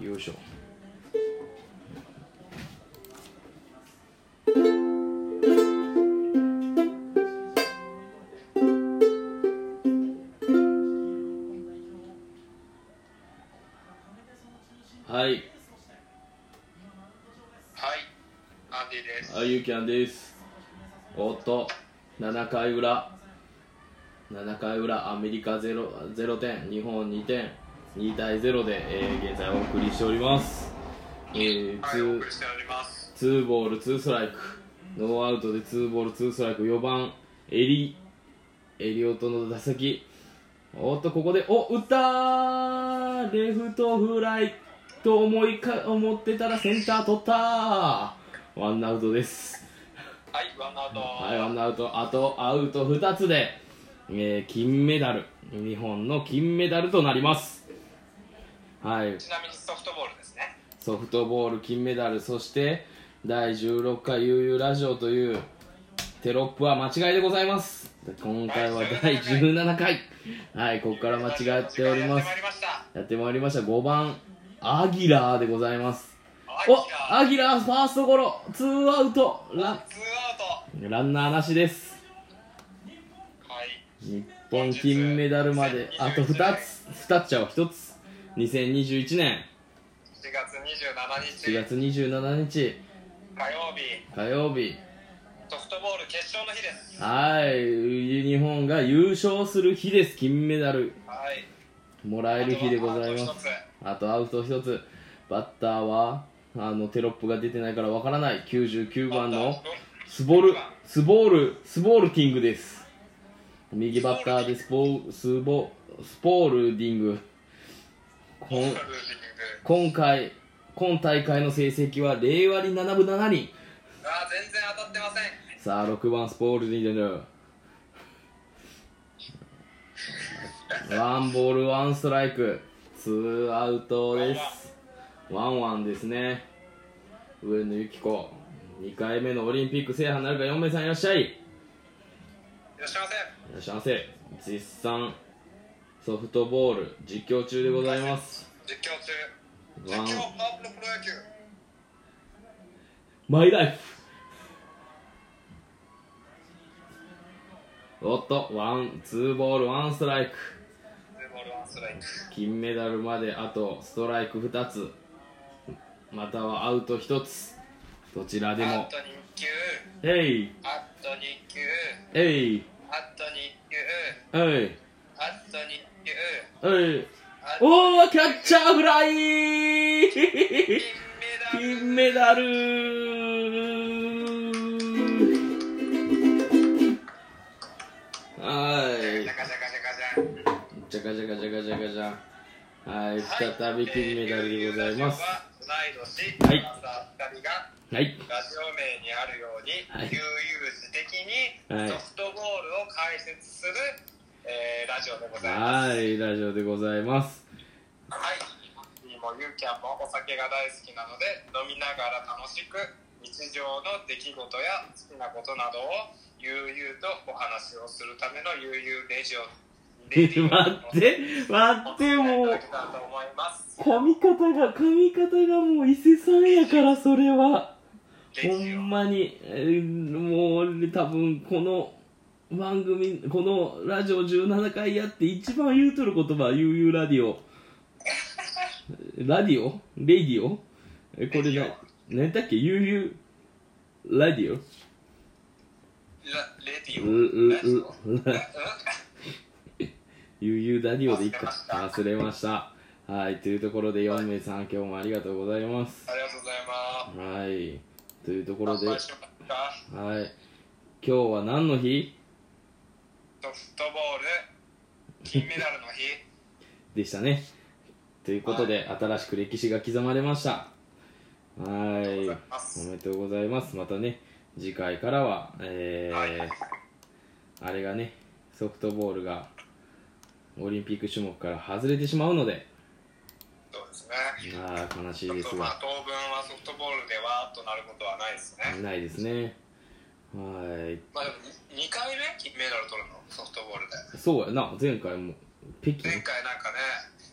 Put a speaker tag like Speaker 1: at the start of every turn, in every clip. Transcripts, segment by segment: Speaker 1: よいしょはい
Speaker 2: はい、アンディです。
Speaker 1: あゆきゃんですおっと7回裏7回裏アメリカ 0, 0点日本2点2対0で、えー現在お送りしております、えー、
Speaker 2: はい、お送りしております。
Speaker 1: ツーボールツーストライクノーアウトでツーボールツーストライク4番エリエリオットの打席おっとここでお打ったーレフトフライと思いか思ってたらセンター取ったーワンアウトです
Speaker 2: はい、ワンアウト。
Speaker 1: はい、ワンアウト、あとアウト2つで、えー金メダル、日本の金メダルとなります。はい、
Speaker 2: ちなみにソフトボールですね。
Speaker 1: ソフトボール金メダル、そして第16回悠々ラジオというテロップは間違いでございます。今回は第17回、はい、ここから間違っております
Speaker 2: やってまい。りました。
Speaker 1: やってまいりました、5番、アギラーでございます。お
Speaker 2: アキラ
Speaker 1: アギラー、ファーストゴロ、ツーアウト、ラ
Speaker 2: ツーアウ
Speaker 1: ランナーなしです。
Speaker 2: ト。はい。
Speaker 1: 日本金メダルまであと2つ2つちゃうわ1つ2021年
Speaker 2: 7
Speaker 1: 4
Speaker 2: 月27日
Speaker 1: 月27日
Speaker 2: 火曜日、
Speaker 1: 火曜日
Speaker 2: ソフトボール決勝の日です。
Speaker 1: はい日本が優勝する日です金メダル
Speaker 2: はい。
Speaker 1: もらえる日でござい
Speaker 2: あと
Speaker 1: ま
Speaker 2: はあと一
Speaker 1: すあとアウト1つバッターはあのテロップが出てないからわからない99
Speaker 2: つ
Speaker 1: 番
Speaker 2: バッ
Speaker 1: の
Speaker 2: ター
Speaker 1: スボルスボールスボールティングです右バッターでスポスボスポールディングこん
Speaker 2: ルーティング
Speaker 1: 今回今大会の成績は0割7分7厘
Speaker 2: あー、全然当たってません。
Speaker 1: さあ6番スポールディングワンボールワンストライクツーアウトですワンワンですね上野由岐子2回目のオリンピック制覇なるか4名さんいらっしゃいい
Speaker 2: いらっしゃいませ。
Speaker 1: らっしゃいませ実産ソフトボール実況中でございます
Speaker 2: 実況中。実
Speaker 1: ワン
Speaker 2: 況パープルプロ野球。
Speaker 1: マイライフおっとワンツーボールワンストライク
Speaker 2: ツーボールワンストライク。
Speaker 1: 金メダルまであとストライク2つまたはアウト1つどちらで
Speaker 2: あ
Speaker 1: も
Speaker 2: と2球。
Speaker 1: えい
Speaker 2: あと2球。
Speaker 1: えい
Speaker 2: あと2球。
Speaker 1: えい
Speaker 2: あと2球。
Speaker 1: えい
Speaker 2: あと
Speaker 1: おーキャッチャーフライ
Speaker 2: 金メダル。
Speaker 1: 金メダルはい
Speaker 2: ジャカジャカジャカジ
Speaker 1: じ
Speaker 2: ャ
Speaker 1: ゃかじゃかじゃかじゃかじゃはい再び金メダルでございます
Speaker 2: えー同
Speaker 1: はい
Speaker 2: い年、マザー二人が
Speaker 1: はい
Speaker 2: ラジオ名にあるように、
Speaker 1: はい
Speaker 2: 悠々自適に
Speaker 1: はい
Speaker 2: ソフトボールを解説する、えーラジオでございます。
Speaker 1: はいラジオでございます
Speaker 2: はい。もうゆうきゃんもお酒が大好きなので飲みながら楽しく日常の出来事や好きなことなどを悠々とお話をするための悠々レジオ
Speaker 1: 待
Speaker 2: レディオ
Speaker 1: って待っても
Speaker 2: お
Speaker 1: う
Speaker 2: 付き合いいただけたらと思います。
Speaker 1: 髪型が髪型がもう伊勢さんやからそれは
Speaker 2: レ
Speaker 1: ほ
Speaker 2: ジオ
Speaker 1: んまに、えーもう多分この番組このラジオ17回やって一番言うとる言葉は悠々ラディオラディオレディオえこれ
Speaker 2: レディ
Speaker 1: な何だっけ悠々ラディオ
Speaker 2: ラレディ
Speaker 1: う
Speaker 2: オ。
Speaker 1: う
Speaker 2: ラジオ
Speaker 1: う悠々ダディオでいっか忘
Speaker 2: 忘
Speaker 1: れましたはいというところで4名さん今日もありがとうございます
Speaker 2: ありがとうございます。
Speaker 1: はいというところではい
Speaker 2: 乾杯しますか
Speaker 1: 今日は何の日
Speaker 2: ソフトボール金メダルの日
Speaker 1: でしたねということで新しく歴史が刻まれましたはいおめでとうございますまたね次回からはえー
Speaker 2: はい
Speaker 1: あれがねソフトボールがオリンピック種目から外れてしまうので
Speaker 2: そうですね
Speaker 1: ああ悲し
Speaker 2: ち
Speaker 1: い
Speaker 2: ょっ
Speaker 1: で
Speaker 2: と
Speaker 1: す
Speaker 2: ま
Speaker 1: が
Speaker 2: あ当分はソフトボールでわーっとなることはないですね、
Speaker 1: ないですねは
Speaker 2: まあでも2回目金メダル取るのソフトボールで
Speaker 1: いそうやな前回も北京
Speaker 2: 前回なんかね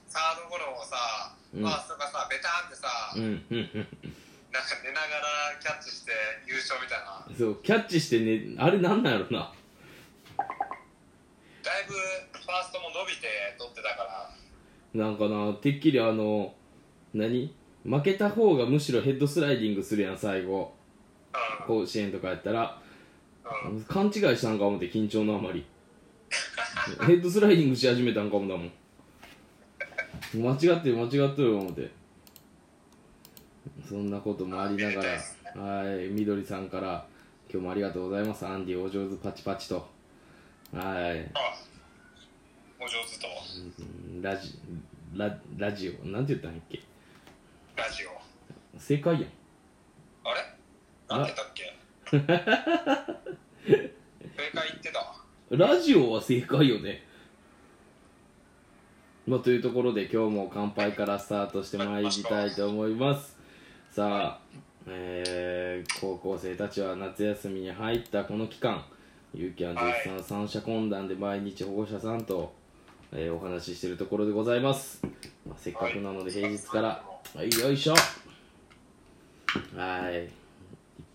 Speaker 2: サードゴロをさ
Speaker 1: うん
Speaker 2: ファーストがさベターンってさ、
Speaker 1: うんうん
Speaker 2: なんか寝ながらキャッチして優勝みたいなだ
Speaker 1: うんそうキャッチしてねあれなんなんやろない
Speaker 2: ぶファーストも伸びて取ってたから
Speaker 1: なんかなてっきりあの何負けた方がむしろヘッドスライディングするやん最後
Speaker 2: うん
Speaker 1: 甲子園とかやったら
Speaker 2: うん
Speaker 1: 勘違いしたんか思って緊張のあまりヘッドスライディングし始めたんかもだもん間違ってる間違ってる思ってそんなこともありながらはいみどりさんから今日もありがとうございますアンディお上手パチパチとはい
Speaker 2: あお上手と
Speaker 1: うんラジララジオなんて言ったんやっけ
Speaker 2: ラジオ
Speaker 1: 正解やん
Speaker 2: あれなんて言ったっけ 正解言ってた
Speaker 1: ラジオは正解よね。まあ、というところで今日も乾杯からスタートしてまいりたいと思います。さあ、えー高校生たちは夏休みに入ったこの期間、ゆうきは絶賛三者懇談で毎日保護者さんと、えーお話ししているところでございます。まあ、せっかくなので平日から、はい、よいしょはい、いっ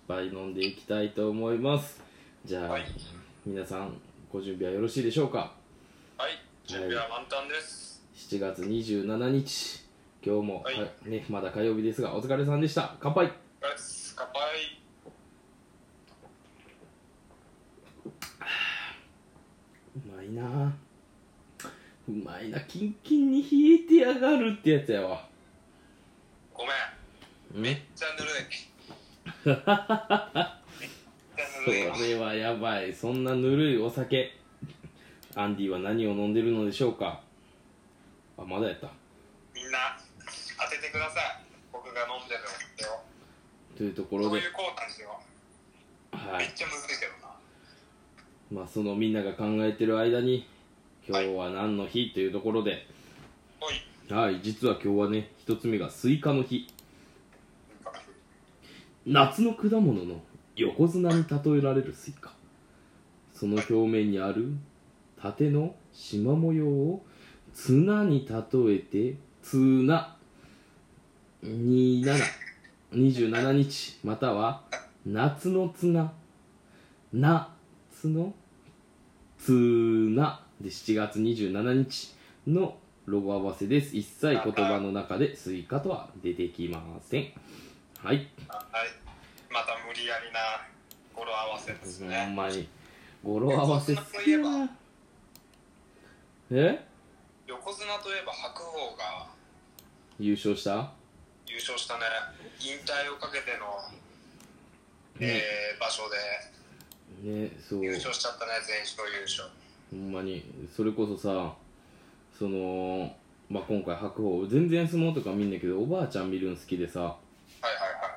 Speaker 1: ぱい飲んでいきたいと思います。じゃあ、
Speaker 2: はい
Speaker 1: 皆さんご準備はよろしいでしょうか
Speaker 2: はい準備は満タンです
Speaker 1: 7月27日今日も、
Speaker 2: はい
Speaker 1: はね、まだ火曜日ですがお疲れさんでした乾杯
Speaker 2: お疲れっす乾杯
Speaker 1: うまいなあうまいなキンキンに冷えてやがるってやつやわ
Speaker 2: ごめんめっ
Speaker 1: ね
Speaker 2: ちゃぬるいめっ
Speaker 1: そ
Speaker 2: ちゃぬるいわ
Speaker 1: れはやばいそんなぬるいお酒アンディは何を飲んでるのでしょうかあまだやった
Speaker 2: みんな当ててください僕が飲んでるのを
Speaker 1: というところ
Speaker 2: そう
Speaker 1: で
Speaker 2: いうコーナーしよう
Speaker 1: は
Speaker 2: め
Speaker 1: い
Speaker 2: っちゃむずいけどな
Speaker 1: まあそのみんなが考えてる間に今日は何の日というところで、
Speaker 2: おい
Speaker 1: はい、実は今日はね、一つ目がスイカの日。夏の果物の横綱に例えられるスイカ。その表面にある縦の縞模様を綱に例えて、綱27、27日、または夏の綱、夏の綱で7月27日のロゴ合わせです。一切言葉の中でスイカとは出てきません。はい。
Speaker 2: はいまた無理やりな語呂合わせです
Speaker 1: ほん
Speaker 2: ね
Speaker 1: まに語呂合わせ好きやなえ
Speaker 2: 横綱といえば白鵬が
Speaker 1: 優勝した
Speaker 2: 優勝したね引退をかけての、
Speaker 1: ね
Speaker 2: えー場所で
Speaker 1: ねそう
Speaker 2: 優勝しちゃったね全勝優勝
Speaker 1: ほんまにそれこそさそのまあ今回白鵬全然相撲とか見んねんけどおばあちゃん見るん好きでさ
Speaker 2: はいは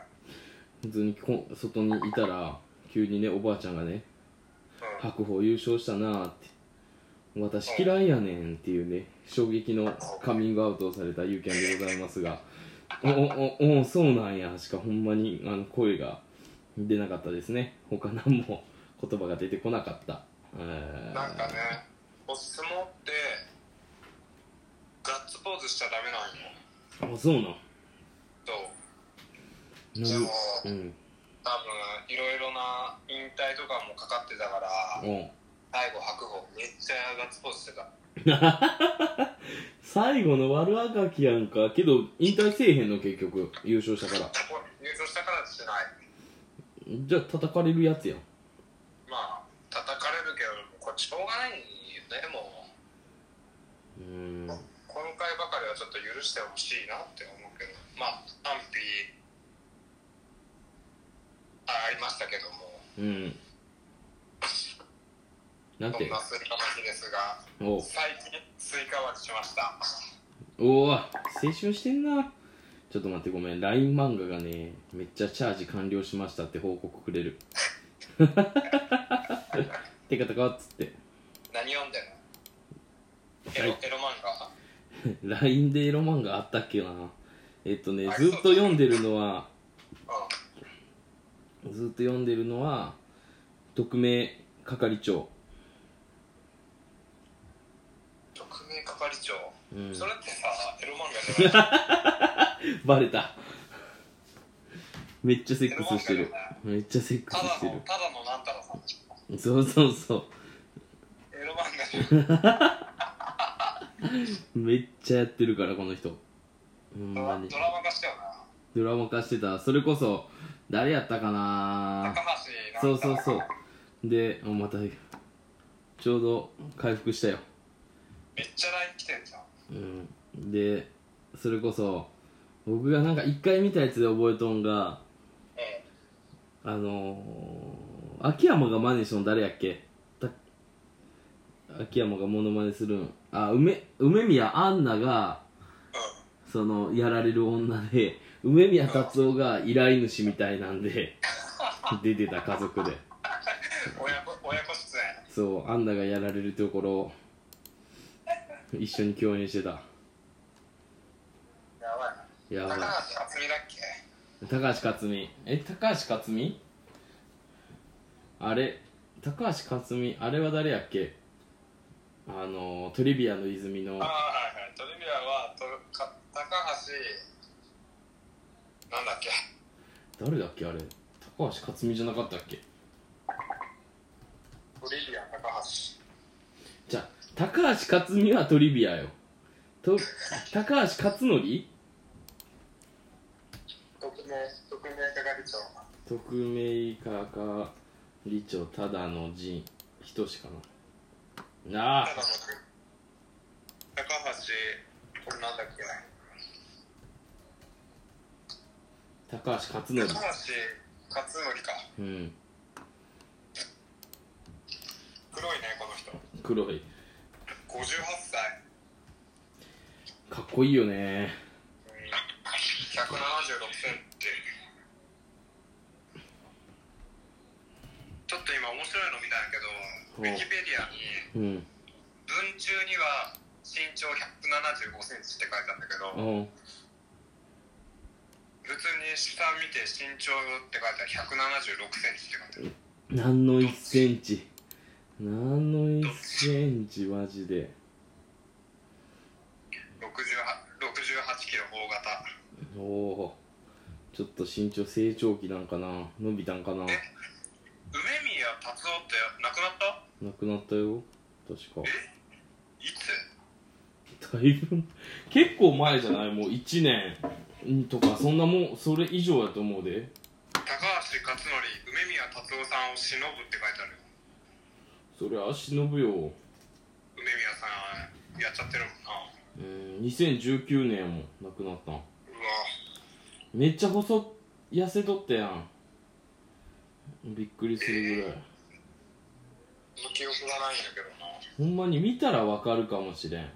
Speaker 1: 普通にこ外にいたら急にねおばあちゃんがね
Speaker 2: いはい、うん、
Speaker 1: 白鵬優勝したなーって私嫌いやねんっていうね衝撃のカミングアウトをされたユーキャンでございますがおおおおそうなんやしかほんまにあの声が出なかったですね他何も言葉が出てこなかったえー
Speaker 2: なんかねお相撲ってガッツポーズしちゃダメなんよ
Speaker 1: あそうなん
Speaker 2: そうで
Speaker 1: な
Speaker 2: も
Speaker 1: んうん
Speaker 2: 多分いろいろな引退とかもかかってたから
Speaker 1: お
Speaker 2: 最後白鵬めっちゃガッツポーズしてた
Speaker 1: 最後の悪あがきやんかけど引退せえへんの結局優勝したから
Speaker 2: 優勝したからしてない
Speaker 1: じゃあ叩かれるやつやん
Speaker 2: まあ叩かれるけどこれしょうがないよねもう
Speaker 1: うーん
Speaker 2: 今回ばかりはちょっと許してほしいなって思うけどまあ賛否あありましたけども
Speaker 1: うんなん
Speaker 2: そ
Speaker 1: て
Speaker 2: んなスイカの日ですが
Speaker 1: おう
Speaker 2: 最近スイカ割りしました
Speaker 1: おお青春してんなちょっと待ってごめん LINE 漫画がねめっちゃチャージ完了しましたって報告くれるてかたかっつって
Speaker 2: 何読んでんのエロ,、エロ漫画
Speaker 1: LINE でエロ漫画あったっけなえっとね
Speaker 2: あ
Speaker 1: ずっと読んでるのは
Speaker 2: うん
Speaker 1: ずっと読んでるのは匿名係長
Speaker 2: 特命係長、
Speaker 1: うん
Speaker 2: それってさエロ漫画じゃない
Speaker 1: バレためっちゃセックスしてるめっちゃセックス
Speaker 2: ただ
Speaker 1: して
Speaker 2: のただのなんたらさんでしょ
Speaker 1: るそうそうそ
Speaker 2: エロ漫画じゃん
Speaker 1: うめっちゃやってるからこの人ほん
Speaker 2: ド
Speaker 1: ま
Speaker 2: ラ
Speaker 1: に
Speaker 2: ドラマ化したよな
Speaker 1: ドラマ化してたそれこそ誰やったかな
Speaker 2: 高橋
Speaker 1: そう
Speaker 2: な
Speaker 1: ん
Speaker 2: た
Speaker 1: そう
Speaker 2: ら
Speaker 1: そうでまたちょうど回復したよ
Speaker 2: めっちゃ LINE 来てんじゃん
Speaker 1: うんでそれこそ僕がなんか一回見たやつで覚えとんが
Speaker 2: え
Speaker 1: あのー、秋山がマネしの誰やっけた秋山がモノマネするんあ梅梅宮アンナが
Speaker 2: う
Speaker 1: そのやられる女で梅宮達夫が依頼主みたいなんで出てた家族で
Speaker 2: ん親子親子出演
Speaker 1: そうアンナがやられるところを一緒に共演してた
Speaker 2: やば
Speaker 1: や
Speaker 2: い
Speaker 1: ば
Speaker 2: ない高橋克実だっけ
Speaker 1: 高橋克実え高橋克実あれ高橋克実あれは誰やっけあのトリビアの泉の
Speaker 2: ああはいはいトリビアはとか高橋なんだっけ
Speaker 1: 誰だっけあれ高橋克実じゃなかったっけ
Speaker 2: トリビア高橋
Speaker 1: じゃあ高橋克実はトリビアよと高橋克典
Speaker 2: 匿名匿名係長
Speaker 1: 匿名係長ただの仁人しかななあ
Speaker 2: ただの高橋これなんだっけ
Speaker 1: 高橋克
Speaker 2: 高
Speaker 1: 典
Speaker 2: 橋克典か
Speaker 1: うん
Speaker 2: 黒いねこの人
Speaker 1: 黒い
Speaker 2: 58歳
Speaker 1: かっこいいよね
Speaker 2: 176センチちょっと今面白いの見たんやけど
Speaker 1: ほう
Speaker 2: ウィキペディア
Speaker 1: う
Speaker 2: に
Speaker 1: ん
Speaker 2: 文中には身長175センチって書いてあるんだけど
Speaker 1: うん
Speaker 2: 普通に下見て身長って書いてある176センチって書いてある
Speaker 1: 何の1センチ何の1センチマジで
Speaker 2: 68 68キロ大型
Speaker 1: おおーちょっと身長成長期なんかな伸びたんかな
Speaker 2: 梅宮達夫って亡くなった
Speaker 1: なくなったよ確
Speaker 2: いつ
Speaker 1: かだいぶ結構前じゃないもう1年うんとかそんなもんそれ以上やと思うで
Speaker 2: 高橋克典梅宮達夫さんを忍ぶって書いてある
Speaker 1: そりゃ忍ぶよ
Speaker 2: 梅宮さんやっちゃってるもんな
Speaker 1: うん2019年やもん亡くなったん
Speaker 2: うわ
Speaker 1: めっちゃ細っ痩せとったやんびっくりするぐらい
Speaker 2: その記憶がないんだけどな
Speaker 1: ほんまに見たらわかるかもしれん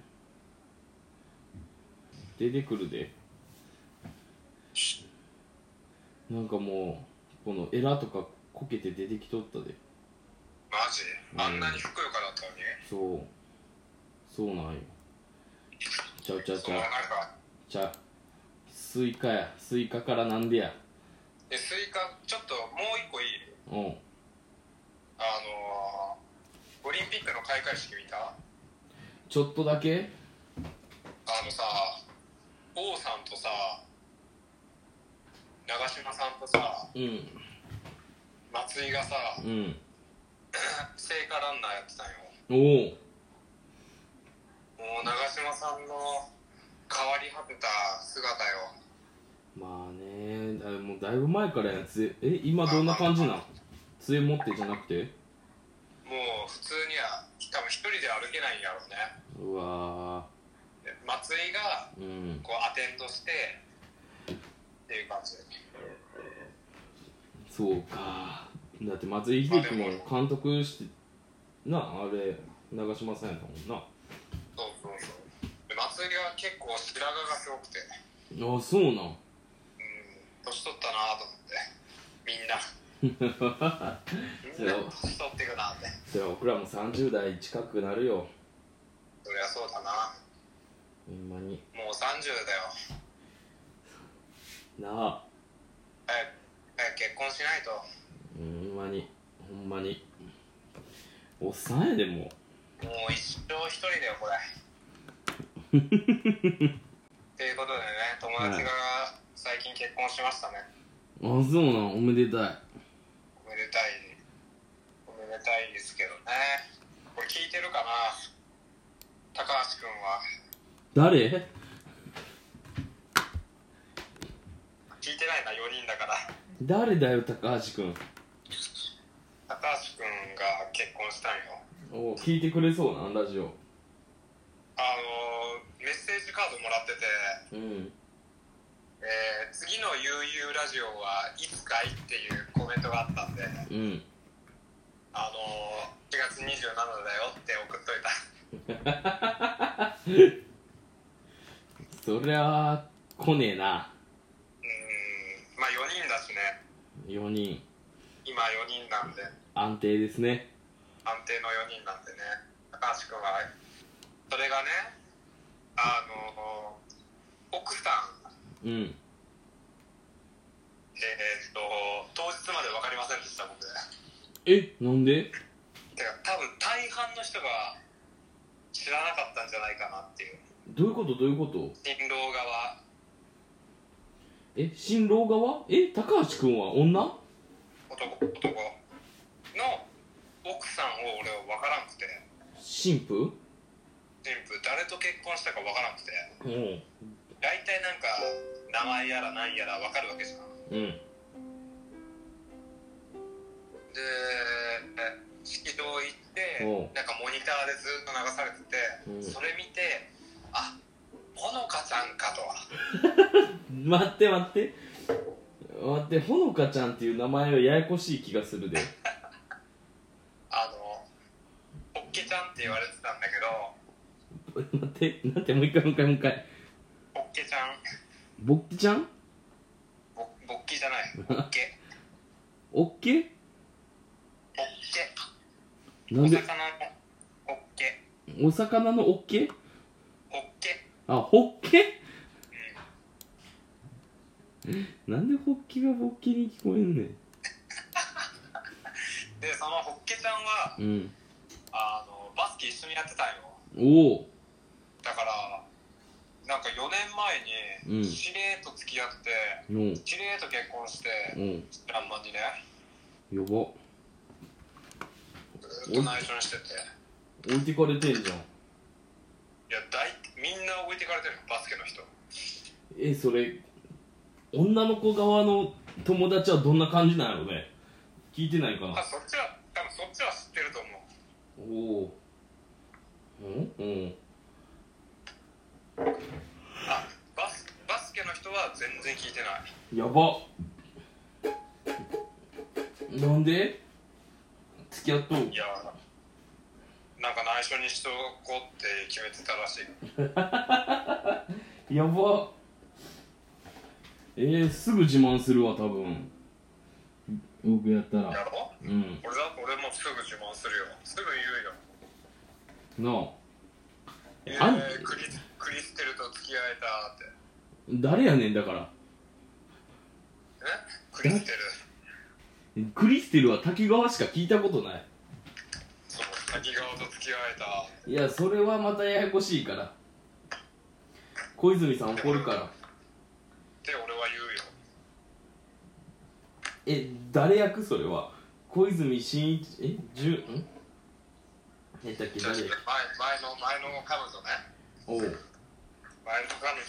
Speaker 1: 出てくるでなんかもうこのエラとかこけて出てきとったで
Speaker 2: マジあんなにふくよかだったのに、
Speaker 1: そうそうなんよちゃうちゃう
Speaker 2: そ
Speaker 1: ち
Speaker 2: の
Speaker 1: ゃう
Speaker 2: なんか
Speaker 1: ちゃうスイカやスイカからなんでや
Speaker 2: えスイカちょっともう一個いい
Speaker 1: うん
Speaker 2: あのー、オリンピックの開会式見たあ
Speaker 1: ちょっとだけ
Speaker 2: のさ王さんとさ長嶋さんとさ
Speaker 1: うん
Speaker 2: 松井がさ
Speaker 1: うん
Speaker 2: 聖火ランナーやってたんよ
Speaker 1: おお
Speaker 2: もう長嶋さんの変わり果てた姿よ
Speaker 1: まあねだもうだいぶ前からやんつえ今どんな感じなん杖持ってじゃなくて
Speaker 2: もう普通には多分一人で歩けないんやろうね
Speaker 1: うわ
Speaker 2: で松井が
Speaker 1: ーうん
Speaker 2: こうアテンドしてっていう感じ
Speaker 1: そうかだって松井秀喜も監督してなあれ長嶋さんやったも
Speaker 2: そうそうそうで松井は結構白髪がすごくて
Speaker 1: んなあそうなん
Speaker 2: うん年取ったなと思ってみんなみんな年取っていくなって
Speaker 1: そりゃ僕らも30代近くなるよ
Speaker 2: そりゃそうだな
Speaker 1: ほんまに
Speaker 2: もう30だ
Speaker 1: な
Speaker 2: よ
Speaker 1: あ
Speaker 2: 早く早く結婚しないと
Speaker 1: ほんまにほんまにおっさんやでも
Speaker 2: もう一生一人だよこれということでね友達が結婚しましたね
Speaker 1: そうなんおめでたい
Speaker 2: おめでたいおめでたいですけどねこれ聞いてるかな高橋君は
Speaker 1: 誰
Speaker 2: 聞いてないな4人だから
Speaker 1: 誰だよ高橋君
Speaker 2: 高橋君が結婚したんよ
Speaker 1: お聞いてくれそうなんラジオ
Speaker 2: あのメッセージカードもらってて、
Speaker 1: うん
Speaker 2: えー次の「ゆうゆうラジオ」はいつかいっていうコメントがあったんで
Speaker 1: うん
Speaker 2: あの4月27だよって送っといた
Speaker 1: そりゃあ来ねえな
Speaker 2: うーんまあ4人だしね
Speaker 1: 4人
Speaker 2: 今4人なんで
Speaker 1: 安定ですね
Speaker 2: 安定の4人なんでね高橋君はそれがねあの奥さん
Speaker 1: うん
Speaker 2: えーっと当日まで分かりませんでした僕
Speaker 1: えなんで
Speaker 2: てか多分大半の人が知らなかったんじゃないかなっていう
Speaker 1: どういうことどういうこと
Speaker 2: 新郎側
Speaker 1: え新郎側え高橋君は女
Speaker 2: 男男の奥さんを俺は分からなくて
Speaker 1: 新婦
Speaker 2: 新婦誰と結婚したか分からなくて
Speaker 1: うん
Speaker 2: 大体なんか名前やら何やら分かるわけじゃん
Speaker 1: うん
Speaker 2: で式場行って
Speaker 1: おう
Speaker 2: なんかモニターでずっと流されてて、
Speaker 1: うん
Speaker 2: それ見てあほのかちゃんかと
Speaker 1: 待って待って待ってほのかちゃんっていう名前はややこしい気がするで
Speaker 2: あのホッケちゃんって言われてたんだけど
Speaker 1: 待って待ってもう一回もう一回もう一回
Speaker 2: ホッケちゃん
Speaker 1: ぼっきちゃん
Speaker 2: ぼぼっきじゃないホッケ
Speaker 1: おっけ
Speaker 2: ホッケ
Speaker 1: な
Speaker 2: お
Speaker 1: んで
Speaker 2: 魚のホッケ
Speaker 1: お魚のおっけ
Speaker 2: ホッケ
Speaker 1: あホッケなんでホッケがぼっきに聞こえんねん
Speaker 2: でそのホッケちゃんは
Speaker 1: うん
Speaker 2: あのバスケ一緒にやってたんよ
Speaker 1: おお
Speaker 2: だからなんか4年前
Speaker 1: う
Speaker 2: に
Speaker 1: ん
Speaker 2: しれーっと付き合って、
Speaker 1: の
Speaker 2: しれーっと結婚して
Speaker 1: うん
Speaker 2: らんまんにね
Speaker 1: やば置
Speaker 2: ずっと内緒にしてて
Speaker 1: いてかれてんじゃん
Speaker 2: いや大みんな置いてかれてるよバスケの人
Speaker 1: えそれ女の子側の友達はどんな感じなんやろね聞いてないか
Speaker 2: あ
Speaker 1: な
Speaker 2: そっちは多分そっちは知ってると思う
Speaker 1: おおうんうん
Speaker 2: あバスバスケの人は全然聞いてない
Speaker 1: やばなんで付き合っとう
Speaker 2: いやなんか内緒にしとこうって決めてたらしい
Speaker 1: やばえー、すぐ自慢するわ多分よくやった
Speaker 2: や
Speaker 1: ら
Speaker 2: ろ
Speaker 1: うん
Speaker 2: 俺だ俺もすぐ自慢するよすぐ
Speaker 1: なあ
Speaker 2: 言うよ
Speaker 1: あん
Speaker 2: えー、クリクリステルと付き合えたって
Speaker 1: 誰やねんだから
Speaker 2: えクリステル
Speaker 1: クリステルは滝川しか聞いたことない
Speaker 2: そう滝川と付き合えた
Speaker 1: いやそれはまたややこしいから小泉さん怒るから
Speaker 2: って俺は言うよ
Speaker 1: え誰役それは小泉進一えじゅんえだっけ
Speaker 2: じゃあ
Speaker 1: 誰
Speaker 2: 前前の前の彼女ね
Speaker 1: おう
Speaker 2: 前の彼女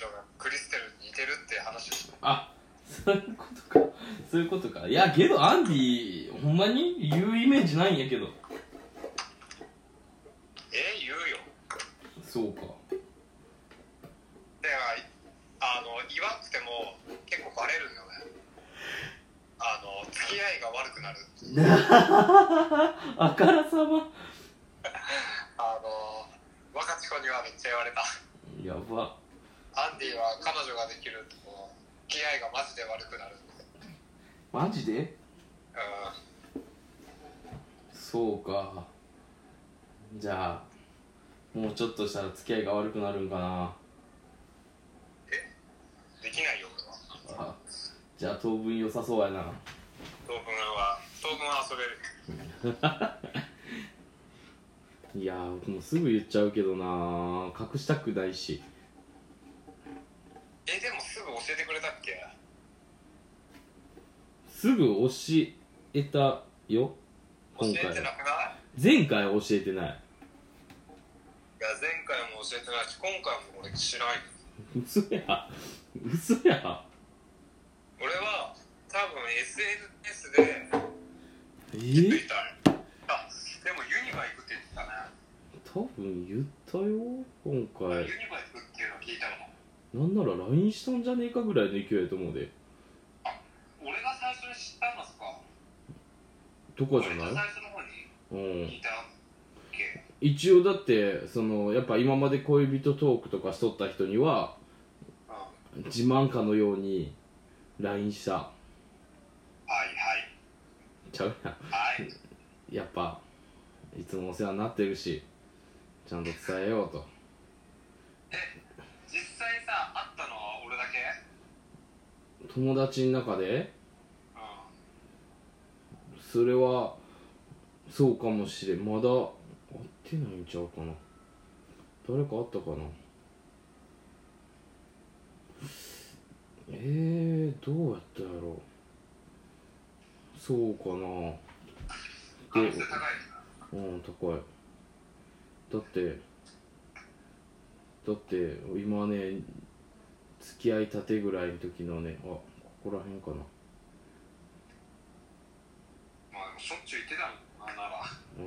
Speaker 2: がクリステルに似てるって話を
Speaker 1: あそういうことかそういうことかいやけどアンディほんまに言うイメージないんやけど
Speaker 2: え言うよ
Speaker 1: そうか
Speaker 2: だからあの言わなくても結構バレるんだよねあの付き合いが悪くなる
Speaker 1: あからさま
Speaker 2: あの若智子にはめっちゃ言われた
Speaker 1: やば
Speaker 2: アンディは彼女ができると付き合いがマジで悪くなるって
Speaker 1: マジで
Speaker 2: うん
Speaker 1: そうかじゃあもうちょっとしたら付き合いが悪くなるんかな
Speaker 2: できないよ俺は
Speaker 1: あじゃあ当分良さそうやな
Speaker 2: 当分は当分は遊べる
Speaker 1: いやーもうすぐ言っちゃうけどな隠したくないし
Speaker 2: えでもすぐ教えてくれたっけ
Speaker 1: すぐ教えたよ
Speaker 2: 教
Speaker 1: 今
Speaker 2: え
Speaker 1: 回
Speaker 2: てなくない
Speaker 1: 前回教えてない
Speaker 2: いや前回も教えてないし今回も俺知らんよ
Speaker 1: 嘘や嘘や
Speaker 2: 俺は多分 SNS で
Speaker 1: え
Speaker 2: 気づいたんよあでもユニバ行くって言ってたね、
Speaker 1: 多分言ったよ今回
Speaker 2: ユニバ行くっていうの聞いたの
Speaker 1: なんなら LINE したんじゃねえかぐらいの勢いやと思うで
Speaker 2: 俺が最初に知ったのすか
Speaker 1: とかじゃ
Speaker 2: 俺
Speaker 1: な
Speaker 2: が
Speaker 1: い
Speaker 2: 最初の方に
Speaker 1: うん
Speaker 2: 聞いたっけ
Speaker 1: 一応だってそのやっぱ今まで恋人トークとかしとった人には
Speaker 2: うんは
Speaker 1: 自慢かのように LINE した
Speaker 2: いはい
Speaker 1: ちゃうやん
Speaker 2: はい
Speaker 1: やっぱいつもお世話になってるしちゃんと伝えようと
Speaker 2: 実際さ会ったのは俺だけ
Speaker 1: 友達の中で
Speaker 2: うん
Speaker 1: それはそうかもしれんまだ会ってないんちゃうかな誰か会ったかなえー、どうやったやろそうかな
Speaker 2: 可能性高い
Speaker 1: うん高いだってだって今ね付き合いたてぐらいの時のねあここら辺かな
Speaker 2: まあしょっちゅう言ってたもんなな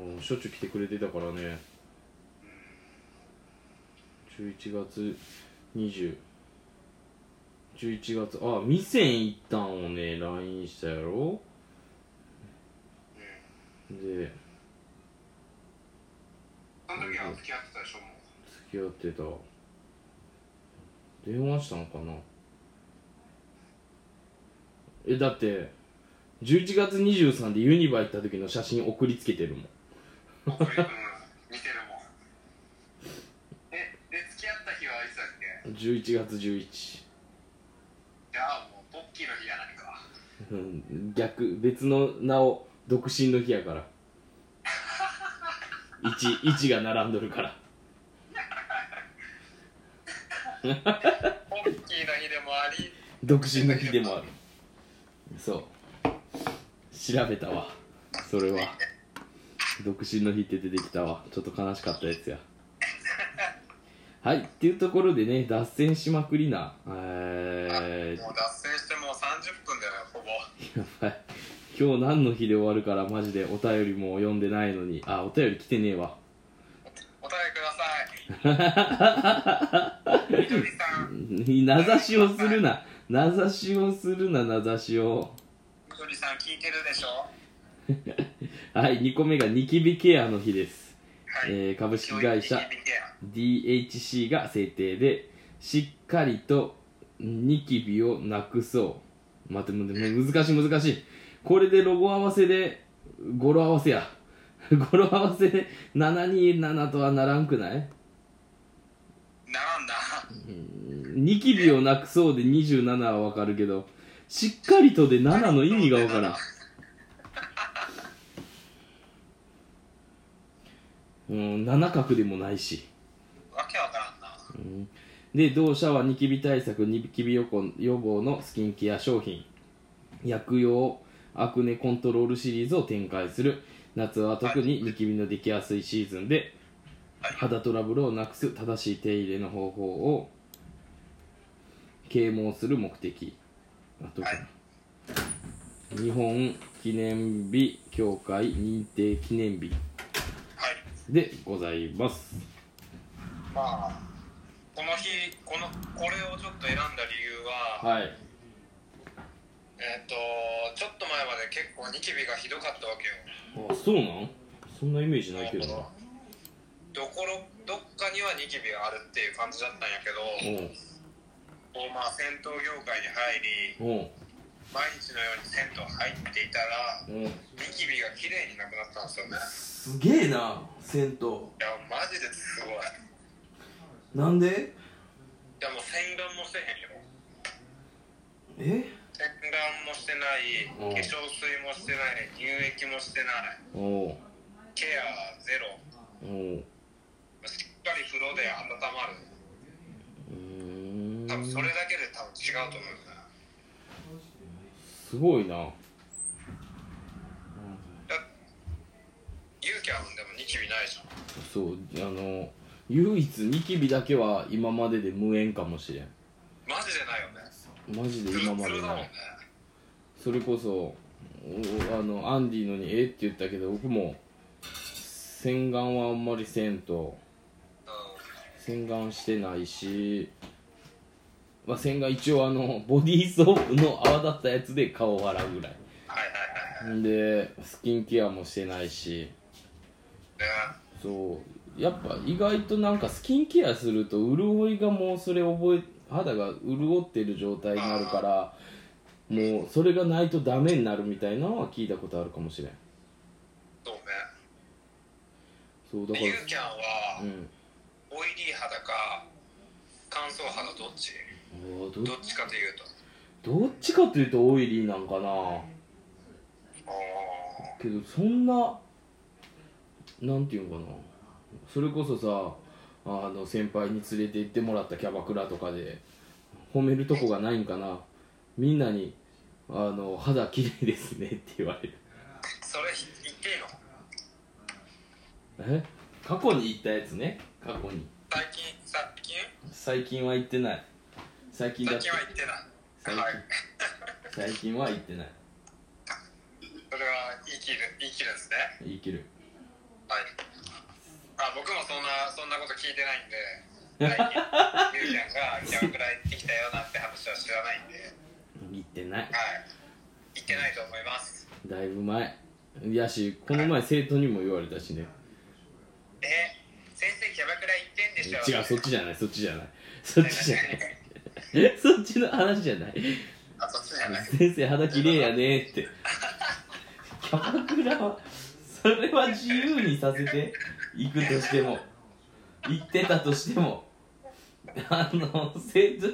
Speaker 2: ら
Speaker 1: うんしょっちゅう来てくれてたからね11月2011月あ店行ったんをね LINE したやろ
Speaker 2: うん
Speaker 1: で
Speaker 2: その時は付き合ってたでしょもう
Speaker 1: 付き合ってた電話したんかなえだって11月23でユニバ行った時の写真送りつけてるもん
Speaker 2: 僕うん見てるもんえで付き合った日はいつだっけ
Speaker 1: 11月11
Speaker 2: じゃあもうポッキーの日やないか
Speaker 1: うん逆別の名を独身の日やから 1, 1が並んどるから
Speaker 2: ポッキーの日でもあり
Speaker 1: 独身の日でもあるそう調べたわそれは独身の日って出てきたわちょっと悲しかったやつやはいっていうところでね脱線しまくりなえ
Speaker 2: もう脱線してもう30分だよ ほぼ
Speaker 1: ー、やばい今日何の日で終わるからマジでお便りも読んでないのにあお便り来てねえわ
Speaker 2: お答えくださいみどりさん
Speaker 1: 名指しをするな名指しをするな名指しを
Speaker 2: みどりさん聞いてるでしょ
Speaker 1: はい2個目がニキビケアの日です、
Speaker 2: はい、
Speaker 1: えー株式会社
Speaker 2: 教育的ケア
Speaker 1: DHC が制定でしっかりとニキビをなくそう待って待って難しい難しいこれでロゴ合わせで語呂合わせや 語呂合わせで727とはならんくない
Speaker 2: なんだ
Speaker 1: ニキビをなくそうで27はわかるけどしっかりとで7の意味がわからんうん7角でもないし
Speaker 2: わけわからんな
Speaker 1: うんで同社はニキビ対策ニキビ予防予防のスキンケア商品薬用アクネコントロールシリーズを展開する夏は特にニキビのできやすいシーズンで
Speaker 2: はい
Speaker 1: 肌トラブルをなくす正しい手入れの方法を啓蒙する目的あと、
Speaker 2: は
Speaker 1: 日本記念日協会認定記念日
Speaker 2: はい
Speaker 1: でございます
Speaker 2: まあこの日このこれをちょっと選んだ理由は、
Speaker 1: はい
Speaker 2: えっ、とちょっと前まで結構ニキビがひどかったわけよ
Speaker 1: あそうなんそんなイメージないけどな
Speaker 2: どころどっかにはニキビがあるっていう感じだったんやけど、
Speaker 1: う
Speaker 2: こうまあ、銭湯業界に
Speaker 1: んうん
Speaker 2: 入り毎日のように銭湯入っていたら
Speaker 1: うん
Speaker 2: ニキビが綺麗になくなったんですよ
Speaker 1: す
Speaker 2: ね
Speaker 1: げえな銭
Speaker 2: いやマジですごいい
Speaker 1: 湯なんで
Speaker 2: やもう洗顔もしてへんよ
Speaker 1: え
Speaker 2: 洗顔もしてない
Speaker 1: うん
Speaker 2: 化粧水もしてない乳液もしてない
Speaker 1: おお
Speaker 2: ケアゼロ
Speaker 1: うおう
Speaker 2: しっかり風呂で温まる
Speaker 1: うーん
Speaker 2: 多分それだけで多分違うと思うんだよね
Speaker 1: すごいな
Speaker 2: キビないじゃん
Speaker 1: そうあの唯一ニキビだけは今までで無縁かもしれん
Speaker 2: マジでないよね
Speaker 1: マジで
Speaker 2: ツル
Speaker 1: 今ま
Speaker 2: ツ
Speaker 1: で
Speaker 2: ルだも
Speaker 1: なんい
Speaker 2: ね
Speaker 1: それこそおあのアンディのに「えっ?」って言ったけど僕も洗顔はあんまりせんと
Speaker 2: う
Speaker 1: 洗顔してないし、まあ、洗顔一応あのボディーソープの泡だったやつで顔を洗うぐらい
Speaker 2: んはいはいはいはい
Speaker 1: んでスキンケアもしてないし
Speaker 2: ね
Speaker 1: そうやっぱ意外となんかスキンケアすると潤いがもうそれ覚え肌が潤ってる状態になるからもうそれがないとダメになるみたいなのは聞いたことあるかもしれん
Speaker 2: そうね
Speaker 1: そうだ
Speaker 2: で
Speaker 1: から
Speaker 2: ユーキャンは
Speaker 1: うん
Speaker 2: オイリー肌か乾燥肌どっち
Speaker 1: おー
Speaker 2: ど
Speaker 1: ど
Speaker 2: っちかというと
Speaker 1: どっちかというとオイリーなんかな
Speaker 2: ああ
Speaker 1: けどそんななんていうのかなそれこそさあの先輩に連れて行ってもらったキャバクラとかで褒めるとこがないんかなみんなに「あの肌綺麗ですね」って言われる
Speaker 2: それ言っていいの
Speaker 1: え過去に行ったやつね過去に
Speaker 2: 最近最近
Speaker 1: 最近は行ってない最近だ
Speaker 2: 最
Speaker 1: って
Speaker 2: 近は言ってない
Speaker 1: 最近
Speaker 2: はい
Speaker 1: 最近は行ってない
Speaker 2: それは言い切る言い切るんですね
Speaker 1: 言い切る
Speaker 2: はいあ僕もそんなそんなこと聞いてないんで 最近ゆうちゃんがキャンくらい行ってきたよなんて話は知らないんで
Speaker 1: 行ってない
Speaker 2: はい行ってないと思います
Speaker 1: だいぶ前いやしこの前生徒にも言われたしね
Speaker 2: え先生キャバクラ行ってんでしょ
Speaker 1: 違うそっちじゃないそっちじゃないそっちじゃない
Speaker 2: い
Speaker 1: そっちの話じゃない
Speaker 2: あそっちじゃない
Speaker 1: 先生肌綺麗やねってキャバクラはそれは自由にさせて行くとしても行ってたとしてもあの生徒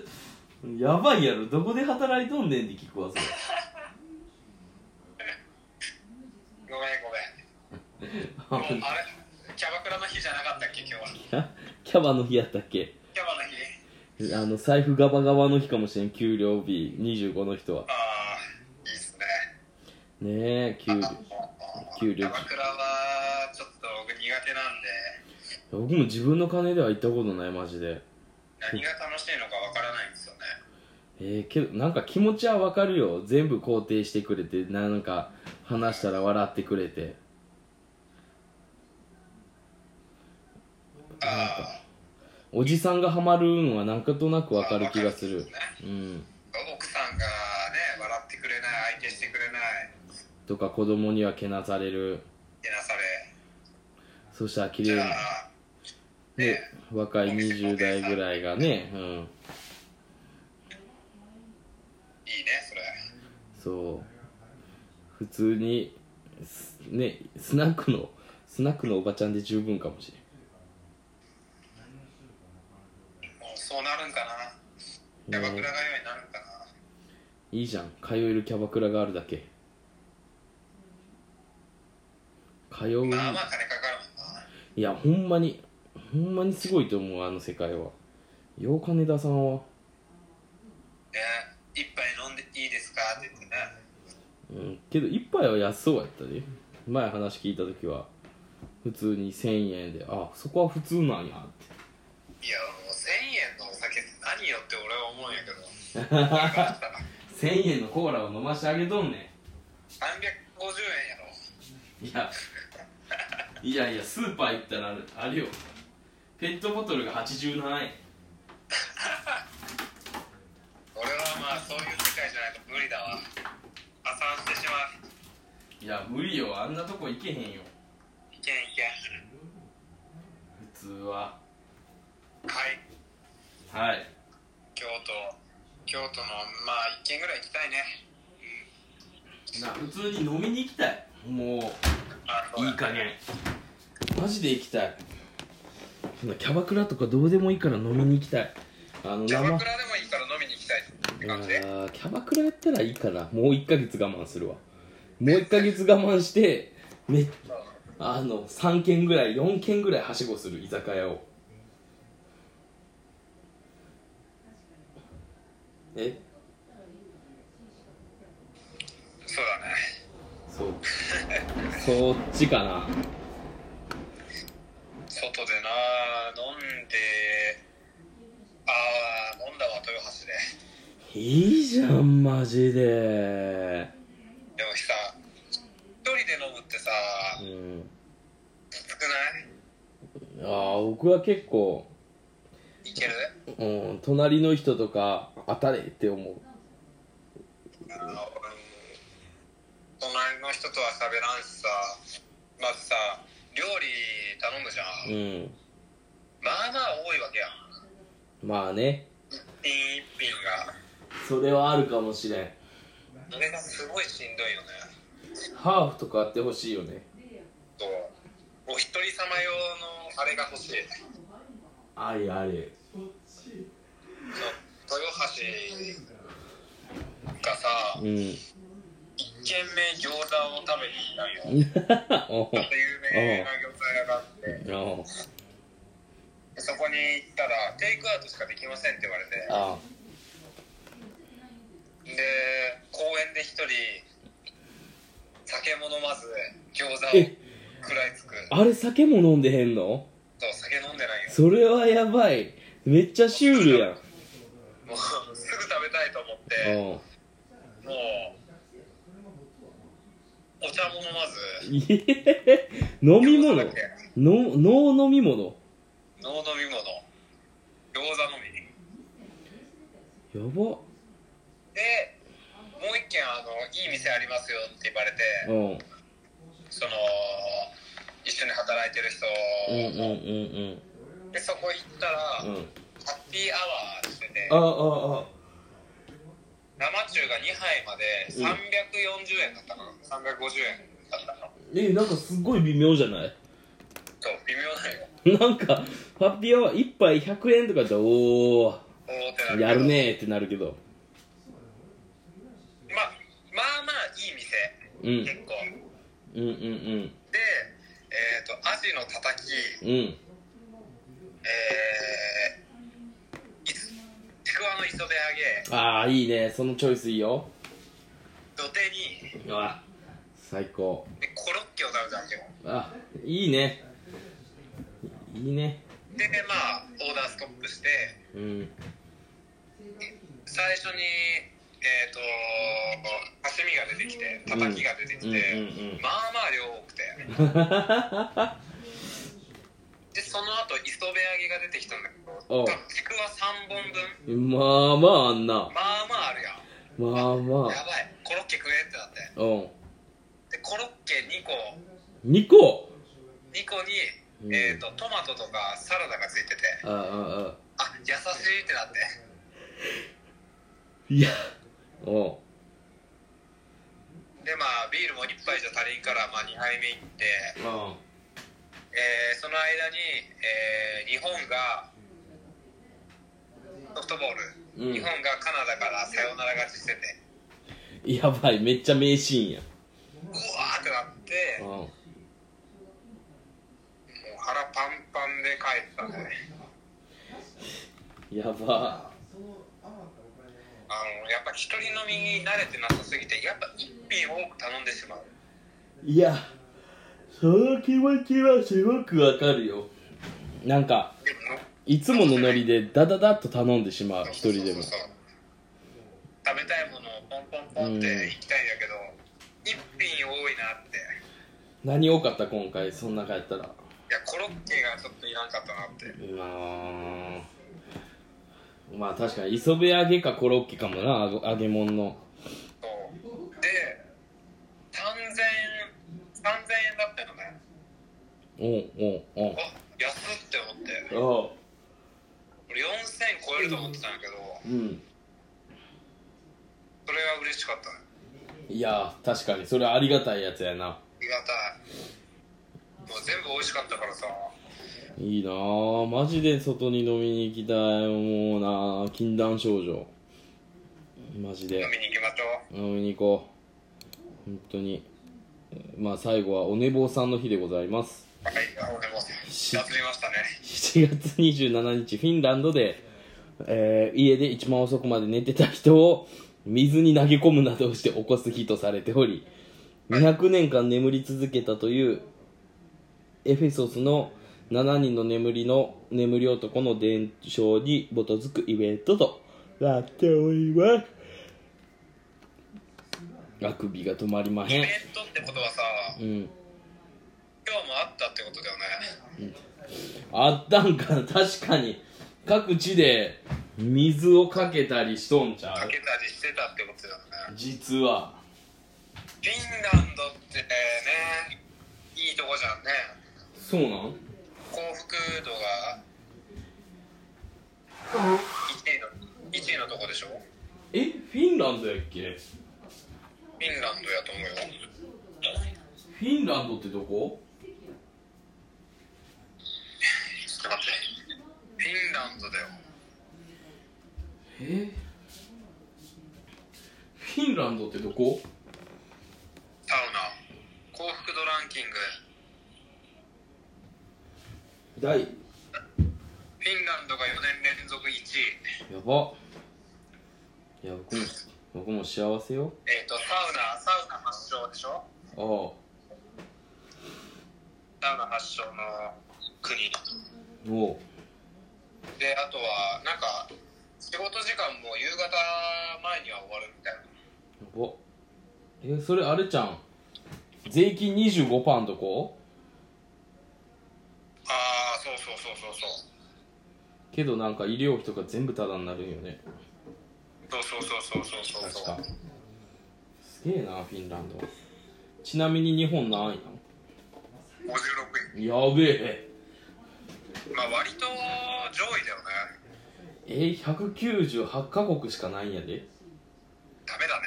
Speaker 1: やばいやろどこで働いとんねんって聞くわそれ
Speaker 2: ごめんごめんもうあれキャバクラの日じゃなかったっけ今日はキ
Speaker 1: キャバの日やったっけ
Speaker 2: ャバの日
Speaker 1: あの財布ガバガバの日かもしれん給料日25の人は
Speaker 2: ああいいっすね
Speaker 1: ねえ給料給
Speaker 2: キ
Speaker 1: 料
Speaker 2: ャバクラはちょっと僕苦手なんで
Speaker 1: 僕も自分の金では行ったことないマジで
Speaker 2: 何が楽しいのかわからないんですよね
Speaker 1: えー、けどなんか気持ちはわかるよ全部肯定してくれてなんか話したら笑ってくれて
Speaker 2: あ
Speaker 1: おじさんがハマるんはなんとなくわかる気がする
Speaker 2: ね、
Speaker 1: うん
Speaker 2: 奥さんがね笑ってくれない相手してくれない
Speaker 1: とか子供にはけなされる
Speaker 2: けなされ
Speaker 1: そしたら綺
Speaker 2: じ
Speaker 1: 麗
Speaker 2: ゃ
Speaker 1: に
Speaker 2: あ
Speaker 1: ね若い20代ぐらいがねうん
Speaker 2: いいねそれ
Speaker 1: そう普通にすねスナックのスナックのおばちゃんで十分かもしれん
Speaker 2: もうそうなるんかなキャバクラがようになるんかない
Speaker 1: いじゃん通えるキャバクラがあるだけ通う
Speaker 2: まあまあ金かかるもんない
Speaker 1: やほんまにほんまにすごいと思うあの世界はよう金田さんは、
Speaker 2: ね一杯飲んでいいですかって言ってね
Speaker 1: うん、けど一杯は安そうやったで前話聞いた時は普通に1000円であそこは普通なんやって
Speaker 2: いやもう1000円のお酒って何よって俺は思うんやけど
Speaker 1: 1000円のコーラを飲ましてあげとんね
Speaker 2: 350円やろ
Speaker 1: んいやいやいやスーパー行ったらあれよペットボトルが87円
Speaker 2: 俺はまあそういう世界じゃないと無理だわ破産してしまう
Speaker 1: いや無理よあんなとこ行けへんよ
Speaker 2: いけんいけん
Speaker 1: 普通は
Speaker 2: はい
Speaker 1: はい
Speaker 2: 京都京都のまあ1軒ぐらい行きたいね
Speaker 1: な普通に飲みに行きたいも
Speaker 2: あ
Speaker 1: ういい加減マジで行きたいそんなキャバクラとかどうでもいいから飲みに行きたいあの
Speaker 2: キャ
Speaker 1: 生
Speaker 2: バクラでもいいから飲みに行きたいって感じで
Speaker 1: あーキャバクラやったらいいからもう1ヶ月我慢するわもう1ヶ月我慢してめあの3軒ぐらい4軒ぐらいはしごする居酒屋をえ
Speaker 2: そうだね
Speaker 1: そうそっちかないいじゃんマジで
Speaker 2: でもさ一人で飲むってさ
Speaker 1: うん
Speaker 2: きつくない
Speaker 1: ああ僕は結構、
Speaker 2: いける
Speaker 1: うん、隣の人とか当たれって思う
Speaker 2: あのうん隣の人とは喋らんしさまずさ料理頼むじゃ
Speaker 1: うんん
Speaker 2: まあまあ多いわけやん
Speaker 1: まあね
Speaker 2: 一品一品が
Speaker 1: それはあるかもしれん
Speaker 2: あれがすごいしんどいよね
Speaker 1: ハーフとかあってほしいよね
Speaker 2: そうお一人様用のあれが欲しい
Speaker 1: あれあれ
Speaker 2: そう豊橋がさ
Speaker 1: うん
Speaker 2: 一軒目餃子を食べに行ったんよ
Speaker 1: お
Speaker 2: ちょっと有名な餃子屋があっ
Speaker 1: お
Speaker 2: てそこに行ったらテイクアウトしかできませんって言われて
Speaker 1: あ
Speaker 2: で公園で一人酒も飲まず餃子を
Speaker 1: え
Speaker 2: 食らいつく
Speaker 1: あれ酒も飲んでへんの
Speaker 2: そう酒飲んでないよ
Speaker 1: それはやばいめっちゃシュールやん
Speaker 2: もうすぐ食べたいと思って
Speaker 1: うん
Speaker 2: もうお茶も飲まず
Speaker 1: いえ飲み
Speaker 2: 餃子
Speaker 1: 物
Speaker 2: だけ
Speaker 1: の脳飲み物
Speaker 2: ノー飲み物餃子飲み
Speaker 1: やば
Speaker 2: でもう一軒あのいい店ありますよって言われて
Speaker 1: うんうん
Speaker 2: その一緒に働いてる人、
Speaker 1: うんうん
Speaker 2: でそこ行ったら、
Speaker 1: うんうん
Speaker 2: ハッピーアワーしてて
Speaker 1: あああ
Speaker 2: 生中が2杯まで
Speaker 1: うん
Speaker 2: 340円だったかな、350円だったの
Speaker 1: えなんかすごい微妙じゃない
Speaker 2: そう微妙なのよ
Speaker 1: なんかハッピーアワー1杯100円とかやったらおお
Speaker 2: おーってなるけど
Speaker 1: やるねーってなるけど
Speaker 2: まあまあまあいい店
Speaker 1: うん
Speaker 2: 結構
Speaker 1: うんうん
Speaker 2: でえっ、とアジのたたき
Speaker 1: うんうん
Speaker 2: えーいつちくわの磯辺揚げ
Speaker 1: ああいいねそのチョイスいいよ
Speaker 2: 土手に
Speaker 1: あ最高
Speaker 2: でコロッケを食べたんですよ
Speaker 1: あいいねいいね
Speaker 2: でまあオーダーストップして
Speaker 1: うん
Speaker 2: 最初にえっ、と刺身が出てきてたたきが出てきて、
Speaker 1: うん
Speaker 2: まあまあ量多 くてでその後磯辺揚げが出てきたんだけど
Speaker 1: おう
Speaker 2: ちくわ3本分
Speaker 1: うんうんまあまああんな
Speaker 2: まあまああるやん
Speaker 1: まあま
Speaker 2: や
Speaker 1: あ
Speaker 2: ばいコロッケ食えってなって
Speaker 1: うん
Speaker 2: でコロッケ2個
Speaker 1: 2個
Speaker 2: 2個
Speaker 1: うん
Speaker 2: に、えー、とトマトとかサラダがついてて
Speaker 1: ああああ
Speaker 2: あ優しいってなって
Speaker 1: いやおう
Speaker 2: でまあビールも1杯じゃ足りんから、まあ、2杯目いって、
Speaker 1: あ
Speaker 2: えーその間に、えー日本がソフトボー
Speaker 1: う
Speaker 2: ル、
Speaker 1: ん
Speaker 2: 日本がカナダからサヨナラ勝ちしてて
Speaker 1: やばいめっちゃ名シーンや
Speaker 2: うわーってなってもう
Speaker 1: うん
Speaker 2: 腹パンパンで帰ったね
Speaker 1: やば
Speaker 2: あのやっぱ一人飲みに慣れてなさすぎてやっぱ一品多く頼んでしまう
Speaker 1: いやその気持ちはすごくわかるよなんか
Speaker 2: でも
Speaker 1: いつものノリでダダダッと頼んでしまう一人でも
Speaker 2: そうそうそう食べたいものをポンポンポンっていきたいんだけど、一品多いなってい
Speaker 1: 何多かった今回そん中やったら
Speaker 2: やコロッケがちょっといらんかったなって
Speaker 1: まあまあ確かに磯辺揚げかコロッケかもなあご揚げ物の
Speaker 2: そうで3000円3000円だったよね
Speaker 1: おうおうおう
Speaker 2: あ安って思って
Speaker 1: お
Speaker 2: 俺4000超えると思ってたんだけど
Speaker 1: ううん
Speaker 2: それは嬉しかったね
Speaker 1: いや確かにそれはありがたいやつやな
Speaker 2: ありがたいもう全部美味しかったからさ
Speaker 1: いいなあマジで外に飲みに行きたいもうなあ禁断症状マジで
Speaker 2: 飲みに行きましょう
Speaker 1: 飲みに行こう本当にまあ最後はお寝坊さんの日でございます
Speaker 2: はいあ俺も
Speaker 1: し
Speaker 2: 脱りましたね
Speaker 1: 7月27日フィンランドで、えー家で一番遅くまで寝てた人を水に投げ込むなどをして起こす日とされており200年間眠り続けたというエフェソスの7人の眠りの眠り男の伝承に基づくイベントと
Speaker 3: なっております
Speaker 1: あくびが止まりま
Speaker 2: イ
Speaker 1: へん
Speaker 2: ベントってことはさ
Speaker 1: うん
Speaker 2: 今日もあったってことだよね
Speaker 1: あったんかな確かに各地で水をかけたりしとんちゃ
Speaker 2: か
Speaker 1: う
Speaker 2: けたりしてたってことだよね
Speaker 1: 実は
Speaker 2: フィンランドってねいいとこじゃんね
Speaker 1: そうなん
Speaker 2: 幸福度が1位の1位のとこでしょ
Speaker 1: えフィンランドやっけ
Speaker 2: フィンランドやと思うよ
Speaker 1: フィンランドってどこ
Speaker 2: ちょっと待ってフィンランドだよ
Speaker 1: えフィンランドってどこ
Speaker 2: サウナ幸福度ランキング
Speaker 1: 第や
Speaker 2: フィンランドが4年連続1位
Speaker 1: ばいや僕も僕も幸せよ
Speaker 2: えっ、とサウナサウナ発祥でしょ
Speaker 1: ああ
Speaker 2: サウナ発祥の国
Speaker 1: も
Speaker 2: であとはなんか仕事時間も夕方前には終わるみたいな
Speaker 1: うやばえそれあれちゃん税金25パーんとこ
Speaker 2: ああそうそうそうそうそう
Speaker 1: けどなんか医療費とか全部タダになるんよね
Speaker 2: そうそうそうそうそう
Speaker 1: 確
Speaker 2: そう
Speaker 1: かすげえなフィンランドちなみに日本何位
Speaker 2: 56位
Speaker 1: なのやべえ
Speaker 2: まあ割と上位だよね
Speaker 1: え198カ国しかないんやで
Speaker 2: ダメだね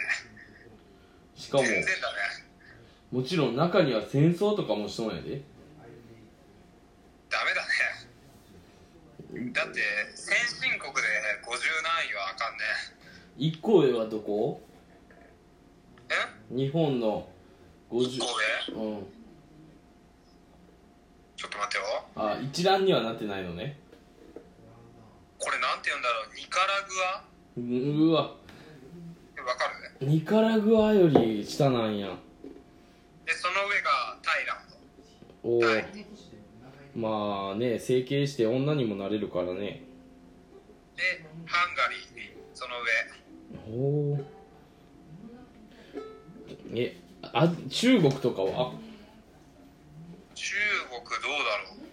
Speaker 1: しかも
Speaker 2: 全然だね
Speaker 1: もちろん中には戦争とかもしとんやで
Speaker 2: ダメだねだって先進国で50何位はあかんね
Speaker 1: 一個上はどこ
Speaker 2: え
Speaker 1: 日本の50
Speaker 2: 神戸
Speaker 1: うん
Speaker 2: ちょっと待ってよ
Speaker 1: あ一覧にはなってないのね
Speaker 2: これなんて言うんだろうニカ
Speaker 1: うう
Speaker 2: ラグア
Speaker 1: わ
Speaker 2: わかるね
Speaker 1: ニカラグアより下なんや
Speaker 2: でその上がタイランド
Speaker 1: おお
Speaker 2: はい
Speaker 1: まあね整形して女にもなれるからね
Speaker 2: でハンガリーその上
Speaker 1: おおえあ中国とかは
Speaker 2: 中国どうだろう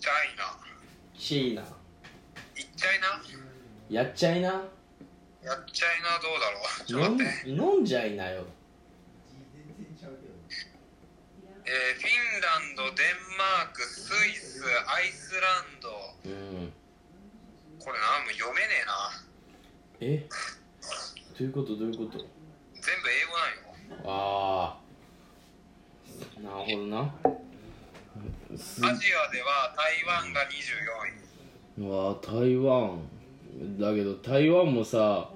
Speaker 2: チャイナ
Speaker 1: チーナ
Speaker 2: いっちゃいな
Speaker 1: やっちゃいな
Speaker 2: やっちゃいなどうだろ
Speaker 1: 飲
Speaker 2: うちょっと
Speaker 1: ん
Speaker 2: 待って
Speaker 1: 飲んじゃいなよ
Speaker 2: えーフィンランドデンマークスイスアイスランド
Speaker 1: うん
Speaker 2: これなんも読めねえな
Speaker 1: えどういうことどういうこと
Speaker 2: 全部英語なんよ
Speaker 1: ああなるほどなす
Speaker 2: アジアでは台湾が24位
Speaker 1: うわ台湾だけど台湾もさ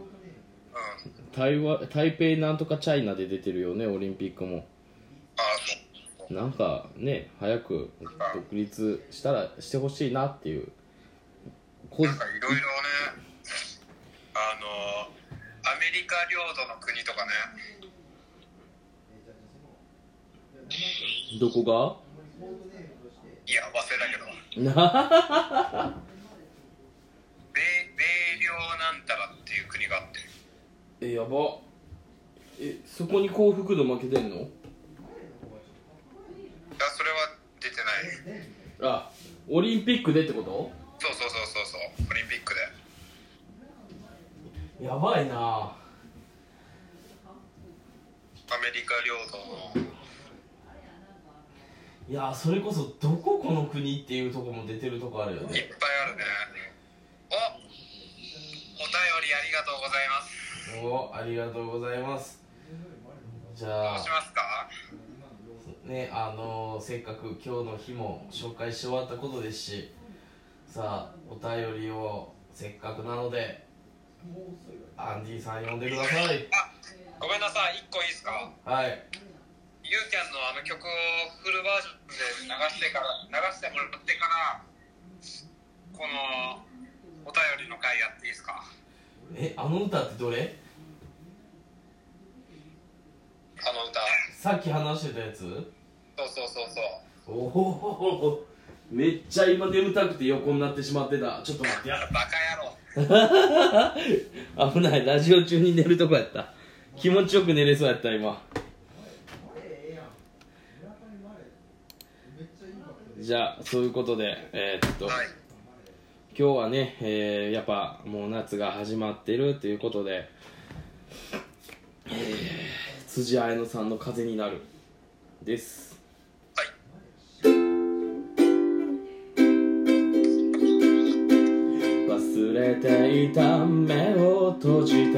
Speaker 2: うん
Speaker 1: 台湾台北なんとかチャイナで出てるよねオリンピックも
Speaker 2: ああそう
Speaker 1: なんかね早く独立したらしてほしいなっていうこ
Speaker 2: なんかいろいろねあのアメリカ領土の国とかね
Speaker 1: どこが
Speaker 2: いや忘れたけど米米領なんたらっていう国があって
Speaker 1: えやばえそこに幸福度負けてんの
Speaker 2: いやそれは出てない
Speaker 1: あオリンピックでってこと
Speaker 2: そうそうそうそうそうオリンピックで
Speaker 1: やばいな
Speaker 2: アメリカ領土の
Speaker 1: いやそれこそどここの国っていうとこも出てるとこあるよ
Speaker 2: いっぱいあるねおお便りありがとうございます
Speaker 1: おありがとうございますじ
Speaker 2: ど
Speaker 1: ゃ
Speaker 2: う
Speaker 1: あ
Speaker 2: しますか
Speaker 1: ねあのーせっかく今日の日も紹介し終わったことですしさあお便りをせっかくなのでアンディさん呼んでください
Speaker 2: あごめんなさい1個いいですか
Speaker 1: はい
Speaker 2: ゆうきゃんのあの曲をフルバージョンで流してから流してもらってからこのお便りの回やっていいですか
Speaker 1: えあの歌ってどれ
Speaker 2: あの歌
Speaker 1: さっき話してたやつ
Speaker 2: そうそうそうそ
Speaker 1: お
Speaker 2: う
Speaker 1: おめっちゃ今眠たくて横になってしまってたちょっと待って
Speaker 2: バカ野 郎
Speaker 1: 危ないラジオ中に寝るとこやった気持ちよく寝れそうやった今じゃあそういうことでえーっと、
Speaker 2: はい
Speaker 1: 今日はね、えーやっぱもう夏が始まってるということで、えー辻彩乃さんの「風になる」です
Speaker 2: はい
Speaker 1: 忘れていた目を閉じて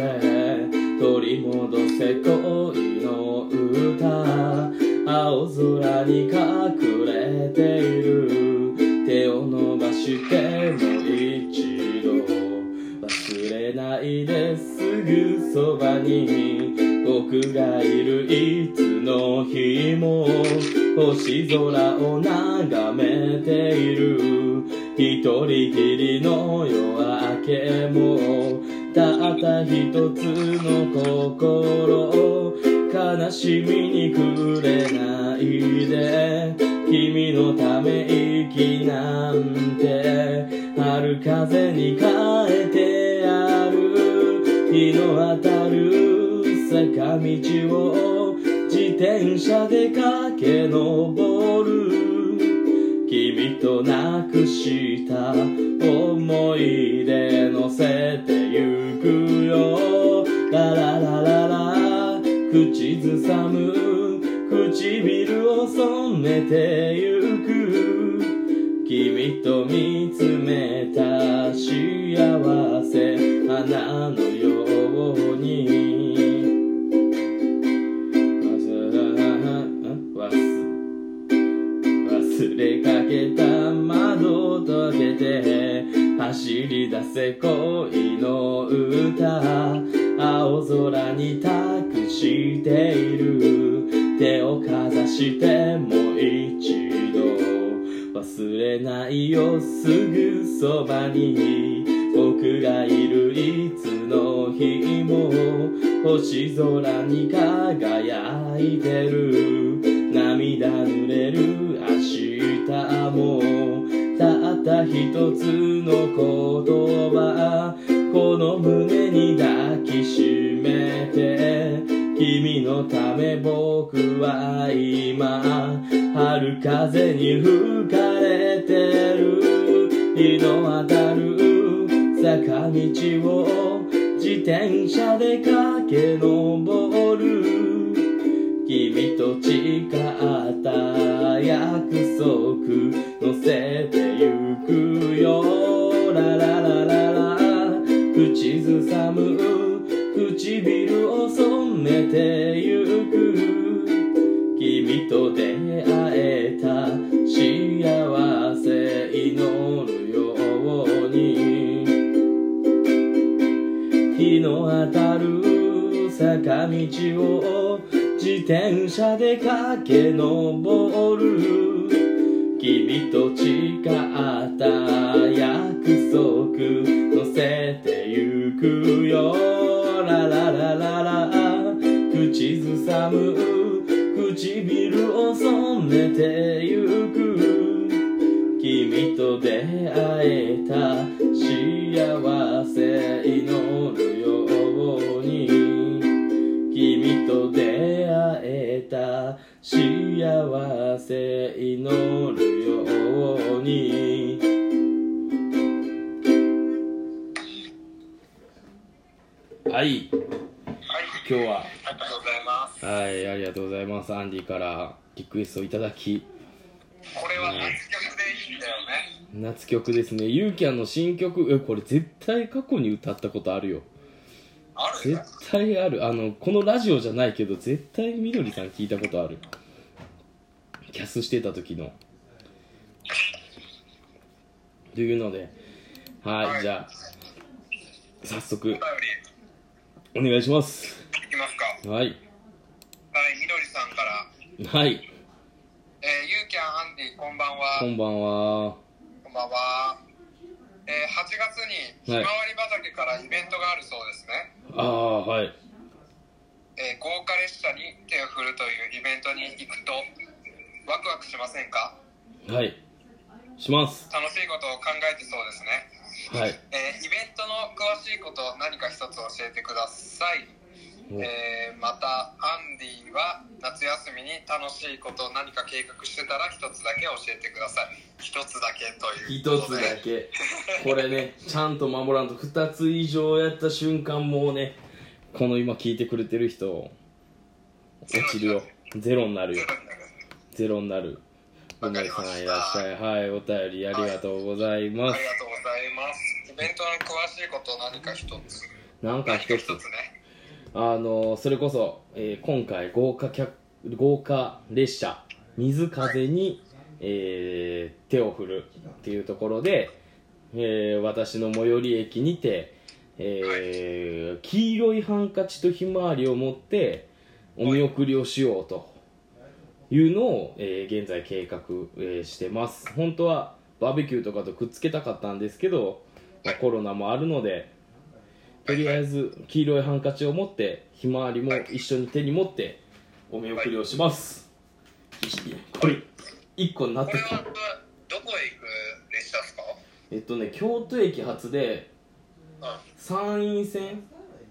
Speaker 1: 取り戻せ恋の歌青空に隠れている手を伸ばしてもう一度忘れないですぐそばに僕がいるいつの日も星空を眺めている一人きりの夜明けもたった一つの心悲しみに暮れないで君のため息なんて春風に変えてある日の当たる坂道を自転車で駆け上る君となくした思い出乗せてゆくよラララララ口ずさむ唇を染めてゆく君と見つめた幸せ花のように忘れかけた窓を開けて走り出せ恋の歌青空に託している手をかざしてもう一度忘れないよすぐそばに僕がいるいつの日も星空に輝いてる涙濡れる明日もたった一つの言葉この胸に抱きしめて君のため僕は今春風に吹かれてる日の当たる坂道を自転車で駆け上る君と誓った約束乗せてゆくよラララララ口ずさむ唇を染めてゆく君と出会えた幸せ祈るように日の当たる坂道を自転車で駆け上る君と誓った約束乗せてゆくよラララララ口ずさむ唇を染めてゆく君と出会えた幸せ祈るように君と出会えた幸せ祈るようにはい今日は
Speaker 2: はいありがとうございます
Speaker 1: はいありがとうございますアンディからリクエストいただき
Speaker 2: これは夏曲でいいんだよね
Speaker 1: 夏曲ですねゆうきゃんの新曲えこれ絶対過去に歌ったことあるよ
Speaker 2: あるよ
Speaker 1: 絶対あるあのこのラジオじゃないけど絶対みどりさん聞いたことあるキャスしてた時のというのではい、
Speaker 2: はい
Speaker 1: じゃあ早速
Speaker 2: お便り
Speaker 1: お願いします
Speaker 2: いきますか
Speaker 1: はい
Speaker 2: はいみどりさんから
Speaker 1: はい
Speaker 2: えー、ゆうきゃん、アンディ、こんばんは。
Speaker 1: こんばんは
Speaker 2: こんばんは。えー、8月にひまわり畑からイベントがあるそうですね。
Speaker 1: ああはい
Speaker 2: えー豪華列車に手を振るというイベントに行くと、ワクワクしませんか
Speaker 1: はいします
Speaker 2: 楽しいことを考えてそうですね。
Speaker 1: はい
Speaker 2: えーイベントの詳しいことを何か一つ教えてください、
Speaker 1: お
Speaker 2: えーまたアンディは夏休みに楽しいことを何か計画してたら一つだけ教えてください一つだけという
Speaker 1: 一
Speaker 2: こと
Speaker 1: つ
Speaker 2: で
Speaker 1: だけこれねちゃんと守らんと2つ以上やった瞬間もうねこの今聞いてくれてる人落ちるよゼロになるよゼロになる
Speaker 2: わかり
Speaker 1: さ
Speaker 2: ました
Speaker 1: んいらっしゃいはいお便りありがとうございま
Speaker 2: あ
Speaker 1: す
Speaker 2: り、がとうございますイベントの詳しいことを何か一つ
Speaker 1: なんか
Speaker 2: 何か
Speaker 1: 一
Speaker 2: 一
Speaker 1: つ
Speaker 2: つね
Speaker 1: あのそれこそ、えー今回豪華客豪華列車水風に、えー手を振るっていうところで、えー私の最寄り駅にて、えー黄色いハンカチとひまわりを持ってお見送りをしようというのを、えー現在計画、えーしてます本当はバーベキューとかとくっつけたかったんですけど、まあコロナもあるのでとりあえず黄色いハンカチを持ってひまわりも一緒に手に持ってお見送りをします、これ1個になっ
Speaker 2: こ
Speaker 1: て
Speaker 2: れ
Speaker 1: きた
Speaker 2: はどこへ行く列車ですか
Speaker 1: えっとね京都駅発で山陰線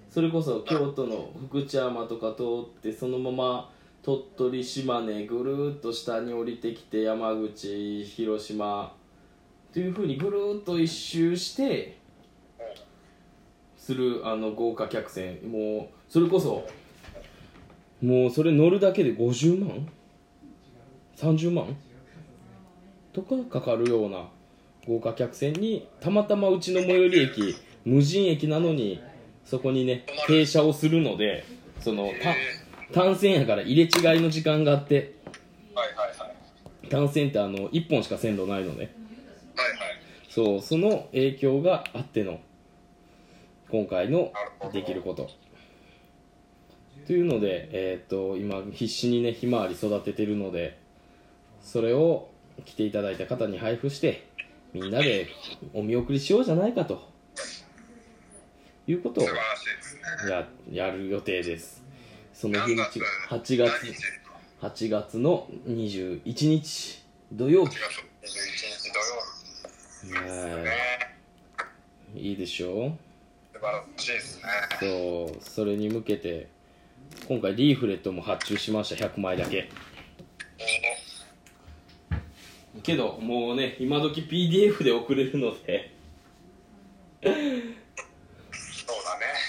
Speaker 1: それこそ京都の福知山とか通ってそのまま鳥取島根ぐるーっと下に降りてきて山口広島というふうにぐるーっと一周してするあの豪華客船もうそれこそもうそれ乗るだけで50万30万とかかかるような豪華客船にたまたまうちの最寄り駅無人駅なのにそこにね停車をするのでその
Speaker 2: えー
Speaker 1: た単線やから入れ違いの時間があって
Speaker 2: はいはいはい
Speaker 1: 単線ってあの1本しか線路ないのね
Speaker 2: はいはい
Speaker 1: そうその影響があっての今回のできることというので、えー、と今必死にねひまわり育ててるのでそれを来ていただいた方に配布してみんなでお見送りしようじゃないかということを
Speaker 2: 素晴らしいですね
Speaker 1: ややる予定ですその日に
Speaker 2: 何月
Speaker 1: ち8
Speaker 2: 何
Speaker 1: 月
Speaker 2: 日ですか
Speaker 1: 8月の21日土曜日
Speaker 2: 8月21日土曜日です
Speaker 1: は
Speaker 2: ね
Speaker 1: いいいでしょう
Speaker 2: 素晴らしいですね
Speaker 1: そうそれに向けて今回リーフレットも発注しました100枚だけけどもうね今時 PDF で送れるので
Speaker 2: そうだね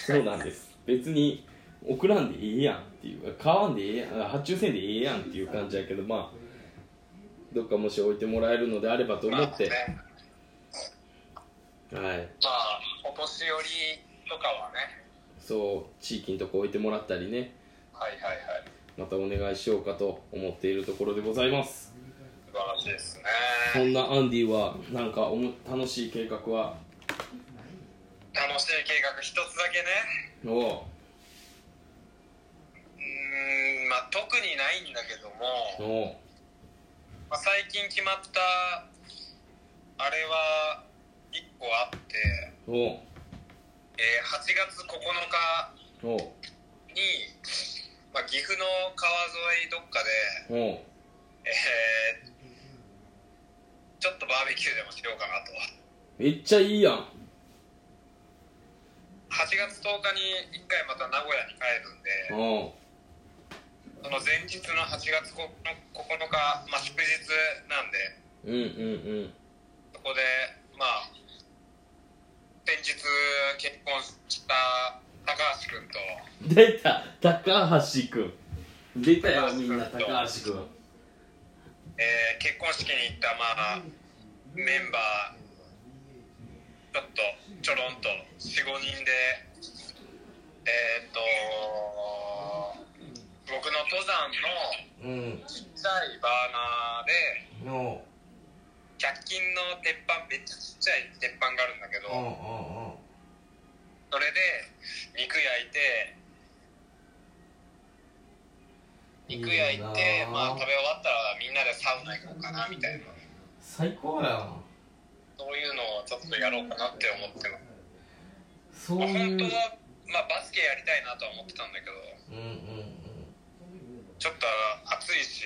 Speaker 1: そうなんです別に送らんでいいやんっていう買わんでいいやんあ発注せんでいいやんっていう感じやけどまあどっかもし置いてもらえるのであればと思って
Speaker 2: まあね
Speaker 1: はい
Speaker 2: まあお年寄りとかはね
Speaker 1: そう地域のとこ置いてもらったりね
Speaker 2: はいはいはい
Speaker 1: またお願いしようかと思っているところでございます
Speaker 2: 素晴らしいですね
Speaker 1: そんなアンディはなんかおも楽しい計画は
Speaker 2: 楽しい計画一つだけ
Speaker 1: お
Speaker 2: ね
Speaker 1: う
Speaker 2: うーんまあ特にないんだけども、
Speaker 1: おう
Speaker 2: まあ、最近決まったあれは一個あって、
Speaker 1: おう
Speaker 2: えー8月9日
Speaker 1: おう
Speaker 2: に、まあ、岐阜の川沿いどっか
Speaker 1: お
Speaker 2: で、
Speaker 1: う
Speaker 2: えーちょっとバーベキューでもしようかなと
Speaker 1: めっちゃいいやん
Speaker 2: 8月10日に1回また名古屋に帰るん
Speaker 1: お
Speaker 2: で
Speaker 1: う
Speaker 2: その前日の8月9日、まあ、祝日なんで
Speaker 1: うんうんうん
Speaker 2: そこでまあ先日結婚した高橋君と
Speaker 1: 出た高橋くん出たよみんな高橋くん
Speaker 2: えー結婚式に行った、まあ、メンバーちょっとちょろんと45人でえーっと僕の登山の
Speaker 1: うん
Speaker 2: ちっちゃいバーナーで
Speaker 1: おう
Speaker 2: 100均の鉄板めっちゃちっちゃい鉄板があるんだけど
Speaker 1: おうおう
Speaker 2: それで肉焼いて
Speaker 1: いい
Speaker 2: 肉焼い
Speaker 1: な
Speaker 2: てまあ食べ終わったらみんなでサウナ行こうかなみたいな
Speaker 1: 最高やん
Speaker 2: そういうのをちょっとやろうかなって思ってます
Speaker 1: そう
Speaker 2: まあ、
Speaker 1: いう
Speaker 2: 本
Speaker 1: うんうん
Speaker 2: 当は、まあ、バスケやりたいなとは思ってたんだけどちょっと暑いし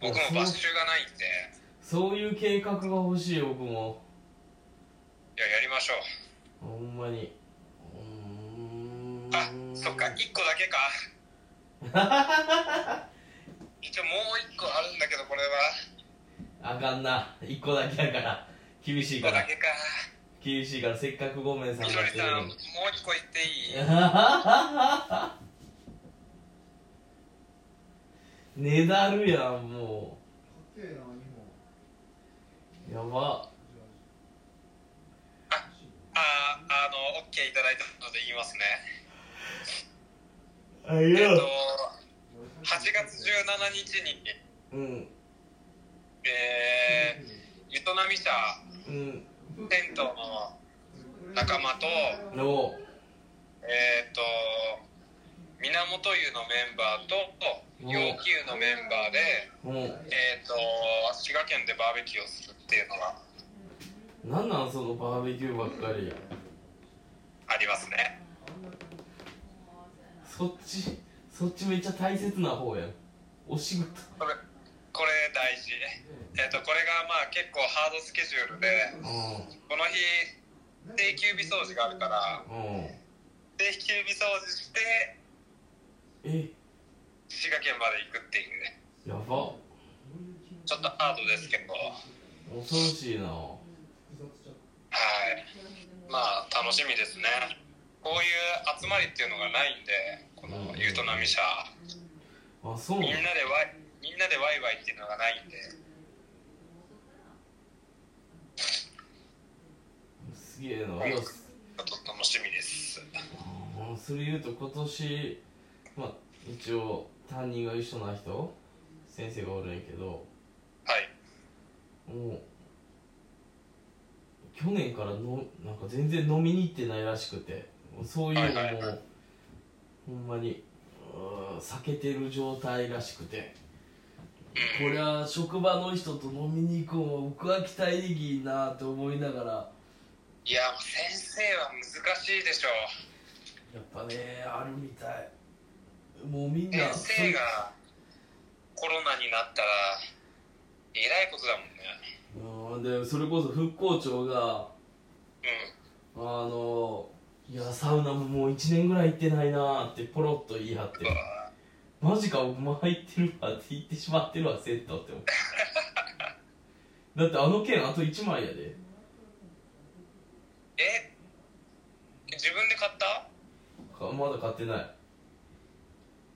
Speaker 2: 僕もバッシュがないんで
Speaker 1: そそういう計画が欲しい僕も
Speaker 2: いややりましょう
Speaker 1: ほんまにう
Speaker 2: あ
Speaker 1: ーん
Speaker 2: そっか1個だ けか一応もう1個あるんだけどこれは
Speaker 1: あかんな1個だけやから厳しい
Speaker 2: 1
Speaker 1: か
Speaker 2: 個
Speaker 1: ら
Speaker 2: だけか
Speaker 1: 厳しいからせっかくごめんさん
Speaker 2: み
Speaker 1: が
Speaker 2: どり
Speaker 1: 来て
Speaker 2: さん
Speaker 1: るの
Speaker 2: もう
Speaker 1: に
Speaker 2: 1個言っていい
Speaker 1: ねだるやんも
Speaker 3: ってえな今
Speaker 1: うやば
Speaker 2: ああの OK いただいたので言いますね
Speaker 1: あ
Speaker 2: えっ
Speaker 1: い
Speaker 2: と8
Speaker 3: 8
Speaker 2: 月17日に
Speaker 1: うん
Speaker 2: えー、ゆとなみ社
Speaker 1: うん
Speaker 2: テントの仲間と
Speaker 1: の
Speaker 2: えっ、と源湯のメンバーと
Speaker 1: うん
Speaker 2: 陽気湯のメンバーで、
Speaker 1: うん
Speaker 2: えっ、と滋賀県でバーベキューをするっていうのが
Speaker 1: なんなんそのバーベキューばっかりや
Speaker 2: ありますね
Speaker 1: そっちそっちめっちゃ大切な方やんお仕事
Speaker 2: これこれ大事えっ、とこれがまあ結構ハードスケジュールで
Speaker 1: う
Speaker 2: この日定休日掃除があるから
Speaker 1: んうん
Speaker 2: 定休日掃除して
Speaker 1: え
Speaker 2: 滋賀県まで行くっていうね
Speaker 1: やば
Speaker 2: ちょっとハードですけど
Speaker 1: 恐ろしいな
Speaker 2: はい。まあ楽しみですね。こういう集まりっていうのがないんで、このゆうとなみ社、
Speaker 1: あそう
Speaker 2: み
Speaker 1: なんん
Speaker 2: なでワイみんなでワイワイっていうのがないんで、
Speaker 1: すげえないや
Speaker 2: ちょっと楽しみです。
Speaker 1: あそれ言うと今年まあ一応担任が一緒な人先生がおるんやけど
Speaker 2: はい。
Speaker 1: もう去年からのなんか全然飲みに行ってないらしくてそういうの
Speaker 2: はいはいは
Speaker 1: もほんまにうー避けてる状態らしくてこ
Speaker 2: うん。
Speaker 1: りゃ職場の人と飲みに行くんは僕は期待できんなって思いながら
Speaker 2: いや、先生は難しいでしょう。
Speaker 1: やっぱねあるみたいもうみんな
Speaker 2: 先生がコロナになったら、えらいことだもんね。
Speaker 1: うんでそれこそ復興庁が
Speaker 2: う
Speaker 1: あのいやサウナももう1年ぐらい行ってないなーってポロッと言い張って
Speaker 2: ん。うわ
Speaker 1: マジかお前入ってるわって言ってしまってるわセットって思うだってあの件あと1枚やで
Speaker 2: え自分で買った
Speaker 1: かまだ買ってない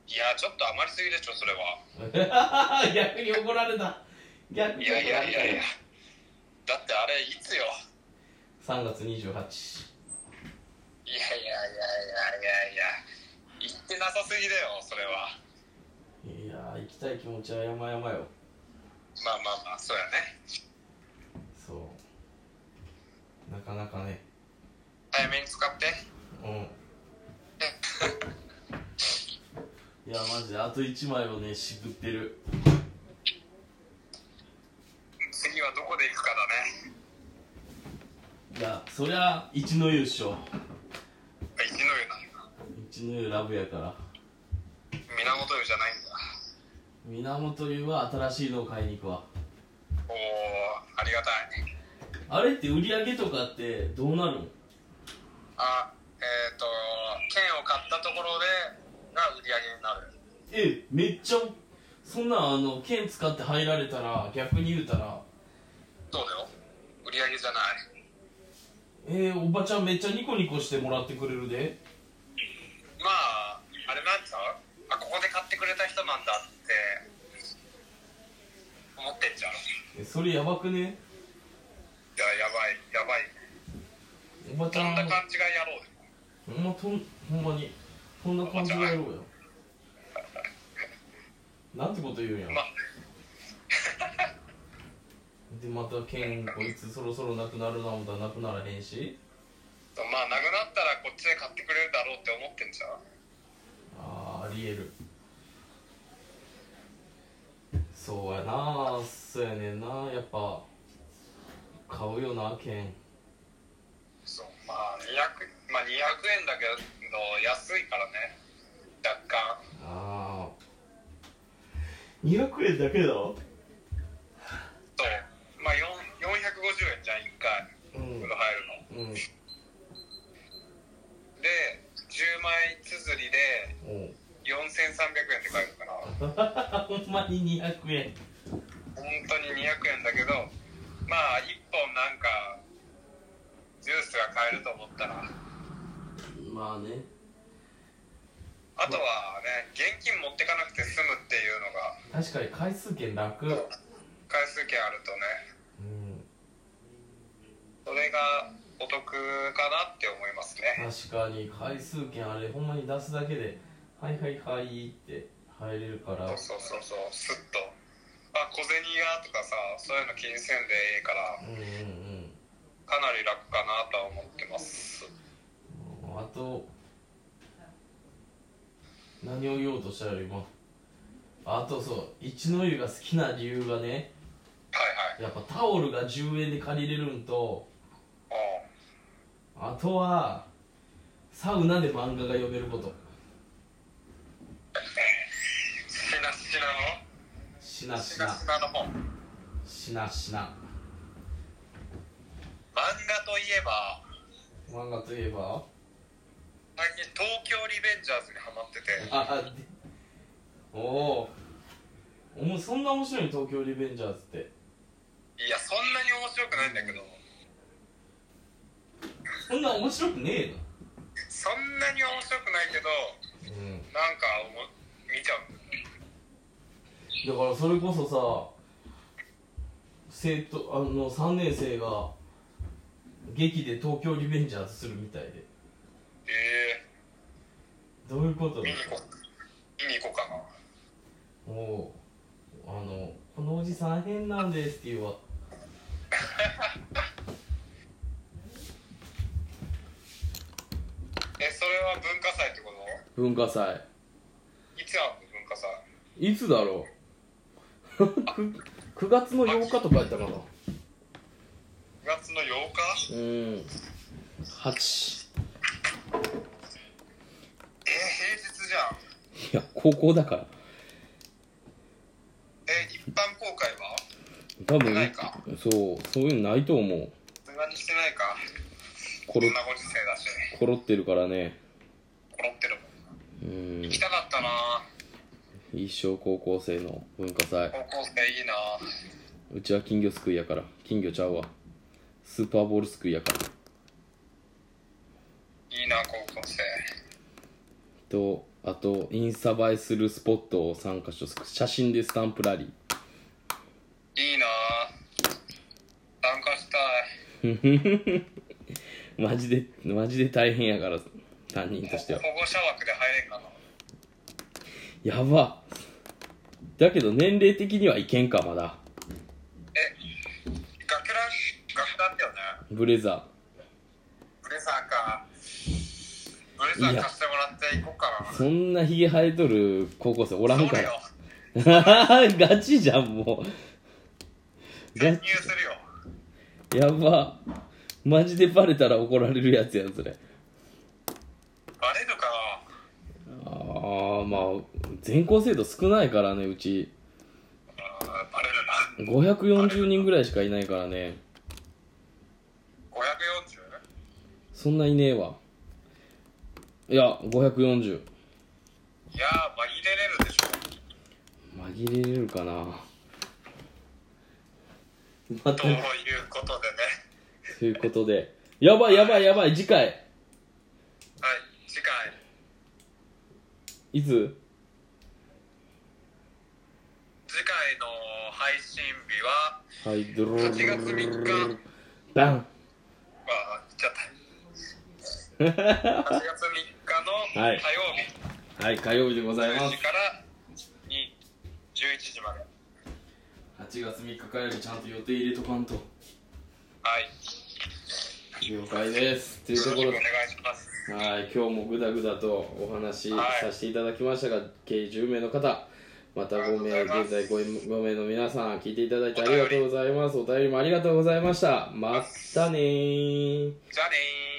Speaker 2: いや、ちょっと余りすぎでしょ、それは。
Speaker 1: 逆に怒られた逆
Speaker 2: い
Speaker 1: に怒ら
Speaker 2: や
Speaker 1: れ
Speaker 2: い
Speaker 1: た
Speaker 2: やいやいや。だってあれ、いつよ。
Speaker 1: 3月28
Speaker 2: いやいやいやいやいやいや言ってなさすぎだよそれはい
Speaker 1: やー行きたい気持ちは山々よ
Speaker 2: まあまあまあそうやね
Speaker 1: そうなかなかね
Speaker 2: 早めに使って
Speaker 1: うん いやマジであと1枚をね渋ってる
Speaker 2: 次はどこで行くかだね
Speaker 1: いやそりゃ一の湯っしょ
Speaker 2: あ一の湯なんだ
Speaker 1: 一の湯ラブやから
Speaker 2: 源湯じゃないんだ
Speaker 1: 源湯は新しいのを買いに行くわ
Speaker 2: おおありがたい
Speaker 1: あれって売り上げとかってどうなるん
Speaker 2: あえっ、と券を買ったところでが売り上げになる
Speaker 1: えめっちゃそんなんあの剣使って入られたら逆に言うたら
Speaker 2: そうだよ売り上げじゃない
Speaker 1: えー、おばちゃんめっちゃニコニコしてもらってくれるで
Speaker 2: まああれなんちゃうあここで買ってくれた人なんだって思ってんじゃんい
Speaker 1: えそれやばくね
Speaker 2: ややばいやばい
Speaker 1: おばち
Speaker 2: そ
Speaker 1: ゃ
Speaker 2: ん
Speaker 1: ん
Speaker 2: な勘違いやろうよ
Speaker 1: ほんまとんほんまにこんな感じでやろうよなんてこと言うんや
Speaker 2: まあ
Speaker 1: でまた剣こいつそろそろなくなるな思ったらなくならへんし
Speaker 2: まあなくなったらこっちで買ってくれるだろうって思ってんじゃん
Speaker 1: あーありえるそうやなそうやねんなやっぱ買うよな剣
Speaker 2: そうまあ200、まあ、200円だけど安いからね若干
Speaker 1: ああ200円だけだ
Speaker 2: そう
Speaker 1: うん
Speaker 2: で10枚綴りで
Speaker 1: おう
Speaker 2: 4300円って書いてたから本
Speaker 1: ほんまに200円
Speaker 2: 当に200円だけどまあ1本なんかジュースが買えると思ったら
Speaker 1: まあね
Speaker 2: あとはね現金持ってかなくて済むっていうのが
Speaker 1: 確かに回数券楽うん
Speaker 2: 回数券あるとねそれがお得かなって思いますね
Speaker 1: 確かに回数券あれほんまに出すだけで「はいはいはい」って入れるから
Speaker 2: そうそうそうそうスッとあ小銭がとかさそういうの気にせんでいいから
Speaker 1: うんうん
Speaker 2: かなり楽かなとは思ってます
Speaker 1: うんあと何を言おうとしたよりもあとそう一の湯が好きな理由がね
Speaker 2: はいはい
Speaker 1: やっぱタオルが10円で借りれるんと
Speaker 2: おう
Speaker 1: あとはサウナで漫画が読めること
Speaker 2: しなしなの
Speaker 1: しな
Speaker 2: し
Speaker 1: し
Speaker 2: な
Speaker 1: な
Speaker 2: しなの本
Speaker 1: しなしな
Speaker 2: 漫画といえば
Speaker 1: 漫画といえば
Speaker 2: 最近東京リベンジャーズにハマってて
Speaker 1: ああでおおおもそんな面白いの東京リベンジャーズって
Speaker 2: いやそんなに面白くないんだけど
Speaker 1: そんな面白くねえ
Speaker 2: そんなに面白くないけど
Speaker 1: なうん
Speaker 2: なんかおも見ちゃう
Speaker 1: だからそれこそさ生徒あの3年生が劇で東京リベンジャーズするみたいで
Speaker 2: ええ
Speaker 1: どういうこと
Speaker 2: 見に行こう見に行こうかな
Speaker 1: もうあの「このおじさん変なんです」って言うわ
Speaker 2: えそれは文化祭ってこと
Speaker 1: 文化祭
Speaker 2: いつあるの文化祭
Speaker 1: いつだろう 9, 月の8日とかやったかな
Speaker 2: 9月の8日
Speaker 1: うん8
Speaker 2: え平日じゃん
Speaker 1: いや高校だから
Speaker 2: え一般公開は
Speaker 1: 多
Speaker 2: 少ないか
Speaker 1: そうそういうのないと思う
Speaker 2: さすがにしてないか
Speaker 1: こ
Speaker 2: こんなご時世だし
Speaker 1: ころってるからね
Speaker 2: 転ってるもん
Speaker 1: うん
Speaker 2: 行きたかったな
Speaker 1: 一生高校生の文化祭
Speaker 2: 高校生いいな
Speaker 1: うちは金魚すくいやから金魚ちゃうわスーパーボールすくいやから
Speaker 2: いいな高校生
Speaker 1: とあとインスタ映えするスポットを3か所写真でスタンプラリ
Speaker 2: いいな参加したい
Speaker 1: ーマジでマジで大変やから担任としては
Speaker 2: 保護者枠で入れんかな
Speaker 1: やばだけど年齢的にはいけんかまだ
Speaker 2: え学ラン学ランだよね
Speaker 1: ブレザ
Speaker 2: ブレザーかブレザー貸してもらって行こうか
Speaker 1: ー
Speaker 2: な
Speaker 1: そんなヒゲ生えとる高校生おらん
Speaker 2: そ
Speaker 1: か
Speaker 2: れ
Speaker 1: ら
Speaker 2: よ
Speaker 1: ガチじゃんもう
Speaker 2: 潜
Speaker 1: ガ
Speaker 2: 入するよ
Speaker 1: やばマジでバレたら怒られるやつやんそれ
Speaker 2: バレるかな
Speaker 1: ああまあ全校生徒少ないからねうち
Speaker 2: あーバレるな
Speaker 1: 540人ぐらいしかいないからね
Speaker 2: 540?
Speaker 1: そんないねえわいや540
Speaker 2: いやー紛れれるでしょ
Speaker 1: 紛れれるかなまた
Speaker 2: ということでね
Speaker 1: ということでやばいやばいやばい次回
Speaker 2: はい次回
Speaker 1: いつ
Speaker 2: 次回の配信日は
Speaker 1: はいドロー
Speaker 2: 8月3日
Speaker 1: バン
Speaker 2: あ言っちゃった8月3日の火
Speaker 1: はい
Speaker 2: 曜日
Speaker 1: はい火曜日でございます
Speaker 2: 10時からに11時まで
Speaker 1: 8月3日火曜日ちゃんと予定入れとかんと
Speaker 2: はい
Speaker 1: 了解ですとい
Speaker 2: よろ
Speaker 1: うと
Speaker 2: しくお
Speaker 1: こ
Speaker 2: 願
Speaker 1: ろ
Speaker 2: い
Speaker 1: で
Speaker 2: します
Speaker 1: はい、今日もぐだぐだとお話し
Speaker 2: はい
Speaker 1: させていただきましたが、計10名の方、また
Speaker 2: あり
Speaker 1: 5
Speaker 2: がとうござ
Speaker 1: 名、
Speaker 2: います
Speaker 1: 現在 5, 名の皆さん、聞いていただいてありがとうございます。お便りもありがとうございました。まったねー。
Speaker 2: じゃあねー